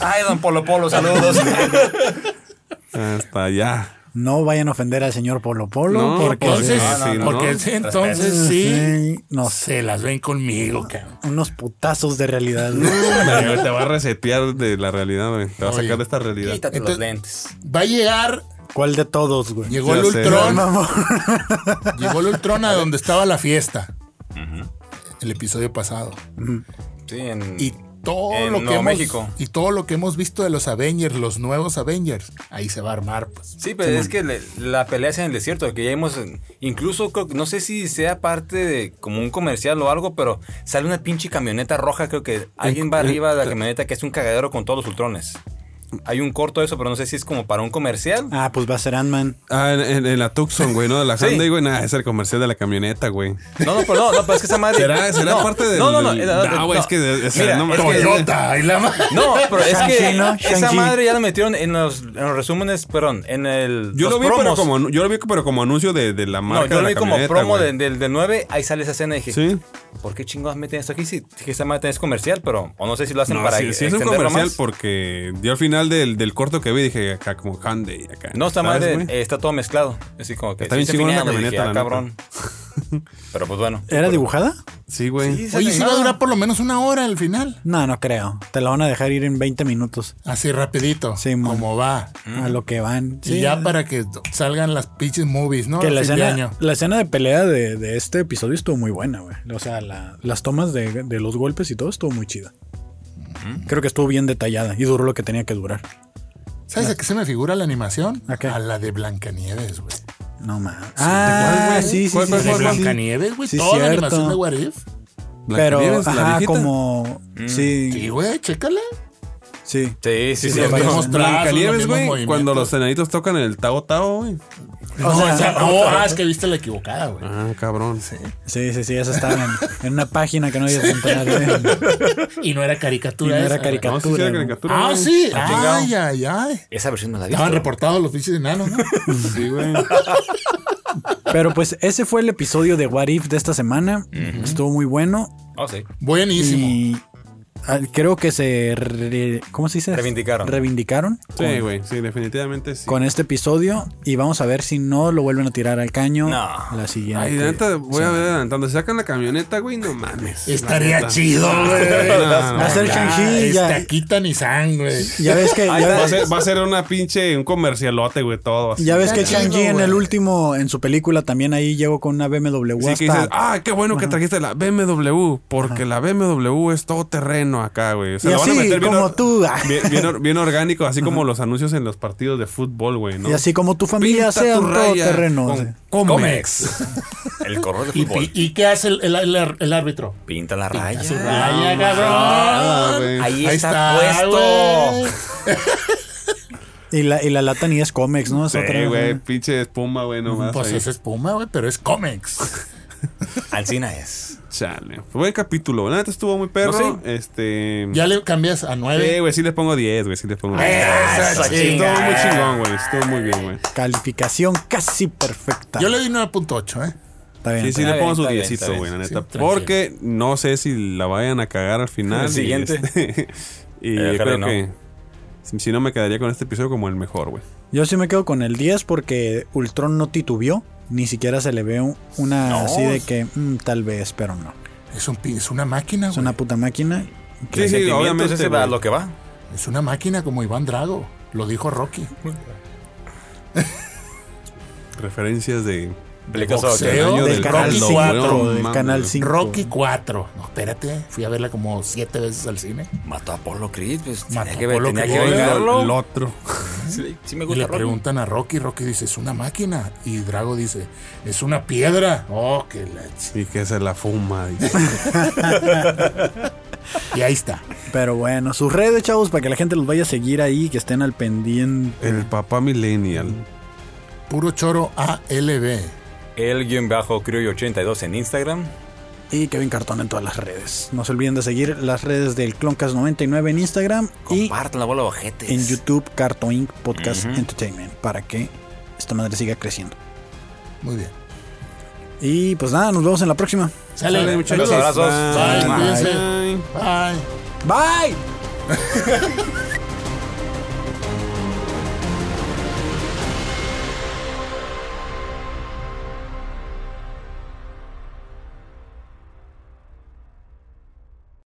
S4: Ay, don Polo Polo, saludos.
S1: Hasta allá.
S2: No vayan a ofender al señor Polo Polo.
S1: No, pues,
S2: porque
S3: Entonces,
S1: No, no, no.
S3: porque entonces sí,
S2: sí, no sé,
S3: se las ven conmigo, cabrón.
S2: unos putazos de realidad. ¿no?
S1: Hombre, te va a resetear de la realidad, güey. Te va a
S3: Oye.
S1: sacar de esta realidad.
S4: Quítate
S3: Entonces-
S4: los lentes.
S3: Va a llegar,
S2: ¿Cuál de todos, güey?
S3: llegó el
S1: Ya sé.
S3: Ultron,
S1: No,
S3: llegó el Ultron a donde estaba la fiesta. El episodio pasado.
S4: Sí, en...
S3: Y todo
S4: En
S3: lo que
S4: Nuevo
S3: hemos,
S4: México.
S3: y todo lo que hemos visto de los Avengers, los nuevos Avengers, ahí se va a armar, pues.
S4: Sí, pero es que le- la pelea es en el desierto, que ya hemos, incluso creo- no sé si sea parte de como un comercial o algo, pero sale una pinche camioneta roja, creo que alguien va arriba de la camioneta que es un cagadero con todos los ultrones. Hay un corto de eso, pero no sé si es como para un comercial.
S2: Ah, pues va a ser Ant-Man.
S1: Ah, en, en- en la Tucson, güey, ¿no? De la
S4: Sí.
S1: Hyundai, güey. Nada, es el comercial de la camioneta, güey.
S4: No, no, pero no, no, pero es que esa madre.
S1: ¿Será, será
S4: no,
S1: parte del-
S4: No, no, no.
S1: del-
S4: eh, no,
S1: Ah, güey,
S4: no.
S1: es que de- o sea,
S4: Mira,
S1: no
S4: es
S1: mames.
S4: que-
S3: Toyota, ahí la ma-
S4: No, pero es que
S2: Shang-Chi, ¿no?
S4: esa
S2: Shang-Chi.
S4: madre ya la metieron en los, en los resúmenes, perdón, en el.
S1: Yo
S4: los
S1: lo, vi, pero
S4: promos.
S1: como, anu- yo lo vi pero como anuncio de, de la marca.
S4: No, yo lo
S1: de la
S4: vi como
S1: camioneta,
S4: promo
S1: güey.
S4: del, del, del 9, ahí sale esa escena y dije,
S1: Sí.
S4: ¿por qué chingados meten esto aquí? Si que esa madre es comercial, pero, o no sé si lo hacen
S1: No,
S4: para
S1: sí, sí es un
S4: extenderlo
S1: comercial
S4: más.
S1: porque yo al final del, del corto que vi dije acá como Hyundai acá.
S4: No, esta
S1: ¿Sabes,
S4: madre
S1: güey?
S4: eh, está todo mezclado. Así como que
S1: Está
S4: sí
S1: bien
S4: se
S1: chingona esa
S4: fineaba y dije,
S1: camioneta,
S4: "Ah,
S1: la
S4: cabrón. pero pues bueno.
S2: ¿Era dibujada?
S1: Sí, güey.
S4: Sí, sí.
S3: Oye, sí va a durar por lo menos una hora al final.
S2: No, no creo. Te la van a dejar ir en 20 minutos.
S3: Así rapidito.
S2: Sí, mon.
S3: como va.
S2: A lo que van.
S3: Y
S2: Sí,
S3: ya para que salgan las pinches movies, ¿no?
S2: Que la
S3: A fin de
S2: escena,
S3: año.
S2: la escena de pelea de, de este episodio estuvo muy buena, güey. O sea, la- las tomas de, de los golpes y todo estuvo muy chida. Creo que estuvo bien detallada y duró lo que tenía que durar.
S3: ¿Sabes a qué se me figura la animación?
S2: ¿A qué?
S3: A la de Blancanieves, güey.
S2: No mames.
S1: cuál,
S2: Ah,
S1: güey?
S2: sí, sí,
S1: ¿Cuál,
S2: sí,
S1: cuál, cuál,
S2: sí,
S3: De
S4: Pues
S2: sí,
S1: cuál?
S2: sí.
S3: Blancanieves, güey.
S2: Sí,
S3: Toda la
S2: cierto.
S3: animación de What If.
S2: Pero,
S1: Blancanieves, la
S2: ajá,
S1: viejita.
S2: como.
S3: Sí,
S2: Sí,
S3: güey, chécala.
S2: sí.
S4: Sí, sí,
S3: Sí,
S4: sí.
S3: los
S4: no.
S3: mismos trazos, los
S1: Blancanieves,
S3: mismos
S1: güey,
S3: movimientos.
S1: cuando los enanitos tocan el Tao Tao, güey.
S3: No,
S2: O sea,
S3: esa-
S2: otra,
S3: no,
S2: otra.
S3: ah, es que viste la equivocada, güey.
S1: Ah, cabrón. Sí.
S2: Sí, sí, sí, eso estaba en, en una página que no había enterado.
S3: Y no era
S2: Y no
S3: caricatura.
S2: era
S3: esa, güey.
S1: No, sí, sí,
S2: caricatura.
S1: era
S2: güey.
S1: caricatura.
S3: Ah,
S1: güey.
S3: sí.
S4: Ah, chingado.
S3: Ay, ay, ay.
S4: Esa versión no la vi.
S3: Estaban reportados los pinches enanos, ¿no?
S1: Sí, güey.
S2: Pero pues ese fue el episodio de What If de esta semana. Estuvo muy bueno.
S4: Oh, sí.
S3: Buenísimo.
S2: Y ah, creo que se. re- ¿Cómo se dice?
S4: Reivindicaron.
S2: Reivindicaron
S1: Sí, güey. Sí, definitivamente sí.
S2: con este episodio. Y vamos a ver si no lo vuelven a tirar al caño.
S4: No.
S2: La siguiente.
S1: Ay, la neta, voy a ver adelantando. Si sacan la camioneta, güey, no mames. La
S3: Estaría
S1: neta.
S3: chido, güey.
S1: No, no,
S2: Va a ser Shang-Chi.
S3: Ya,
S2: Ya,
S3: este, quita ni sangre.
S2: ya ves que.
S1: Va
S2: Ya,
S1: a, ser, va a ser una pinche, un comercialote, güey, todo así.
S2: ya ves que
S3: Está chido,
S2: Shang-Chi en
S3: güey.
S2: el último, en su película, también ahí llegó con una BMW.
S1: Sí, que
S2: hasta-
S1: dices, ah, qué bueno que trajiste la BMW, porque la BMW es todo terreno acá, güey. O sea,
S2: y
S1: la van a
S2: así
S1: meter bien
S2: como
S1: or-
S2: tú. ah.
S1: Bien, bien or- bien orgánico, así como los anuncios en los partidos de fútbol, güey, ¿no?
S2: Y así como tu familia
S1: Pinta
S2: sea
S1: tu
S2: un
S1: raya
S2: todoterreno.
S1: con
S2: sí.
S1: Comex.
S4: El correo de
S3: ¿Y,
S4: fútbol.
S3: y- y qué hace el, el- el- el árbitro?
S4: Pinta la raya.
S3: Su raya, cabrón.
S1: Ah, güey.
S4: Ahí, Ah, está,
S3: güey.
S4: puesto.
S2: Y la, y la lata ni es Comex, ¿no? Es
S1: Sí,
S2: otra,
S1: güey, pinche espuma, güey, nomás.
S3: Pues
S1: ahí.
S3: es espuma, güey, pero es cómics.
S4: Alcina es.
S1: Chale. Fue buen capítulo. La neta estuvo muy perro.
S4: No, sí.
S1: Este.
S3: Ya le cambias a
S1: Sí,
S3: nueve.
S1: güey, sí les pongo 10, güey, sí les pongo 10.
S4: Esa
S1: Sí, estuvo
S4: chinga.
S1: muy chingón, güey. Estuvo muy bien, güey.
S2: Calificación casi perfecta.
S3: Yo le di 9.8, ¿eh?
S2: Está bien,
S1: Sí, sí,
S2: está
S4: Está
S1: le
S4: bien,
S1: pongo su
S4: está bien, está
S1: diecito,
S4: bien.
S1: güey, la
S3: Sí,
S1: neta.
S3: tranquilo.
S1: porque no sé si la vayan a cagar al final.
S4: El siguiente.
S1: Y, este- y
S4: Eh,
S1: yo
S4: ojalá
S1: creo
S4: y no.
S1: que. si- Si no, me quedaría con este episodio como el mejor, güey.
S2: bien. Yo sí me quedo con el 10 porque Ultron no titubeó. Ni siquiera se le ve un- una
S4: No.
S2: así de que mm, tal vez, pero no.
S3: Es, un, pi- es una máquina,
S2: Es
S3: güey.
S2: una puta máquina.
S1: Sí, sí,
S4: Sentimientos,
S1: obviamente.
S4: ese va
S1: güey.
S4: a lo que va.
S3: Es una máquina como Iván Drago. Lo dijo Rocky.
S1: Referencias de.
S4: Películas
S3: boxeo.
S4: de-
S1: del año
S3: Del
S1: del
S3: canal
S1: caldo,
S3: cuatro,
S1: güey, no
S2: del
S1: mames,
S2: canal
S1: güey.
S2: cinco.
S3: Rocky 4. No, espérate. Fui a verla como siete veces al cine.
S4: Mató a Polo Creed, pues
S3: Mató
S4: tenía
S3: a
S4: que, ver-
S3: Apollo
S4: tenía
S3: Creed.
S4: que
S1: Lo-
S4: vengarlo.
S1: Lo otro.
S4: Sí, sí me
S3: Y
S4: gusta
S3: le
S4: Rocky.
S3: preguntan a Rocky, Rocky dice, es una máquina. Y Drago dice, es una piedra. Oh, qué la ch-
S1: Y que se la fuma. dice.
S3: Y ahí está.
S2: Pero bueno, sus redes, chavos, para que la gente los vaya a seguir ahí, que estén al pendiente.
S1: El papá millennial.
S3: Puro choro ALB.
S4: El guión bajo criollo 82 en Instagram.
S2: Y Kevin Cartón en todas las redes. No se olviden de seguir las redes del Cloncast99 en Instagram y
S4: Compartan la bola de ojetes.
S2: en YouTube Cartoon Inc. Podcast
S4: Ujú.
S2: Entertainment para que esta madre siga creciendo.
S3: Muy bien.
S2: Y pues nada, nos vemos en la próxima.
S3: Sale,
S4: Los abrazos.
S1: Bye.
S3: Bye, cuídense.
S1: Bye.
S3: Bye.
S2: Bye.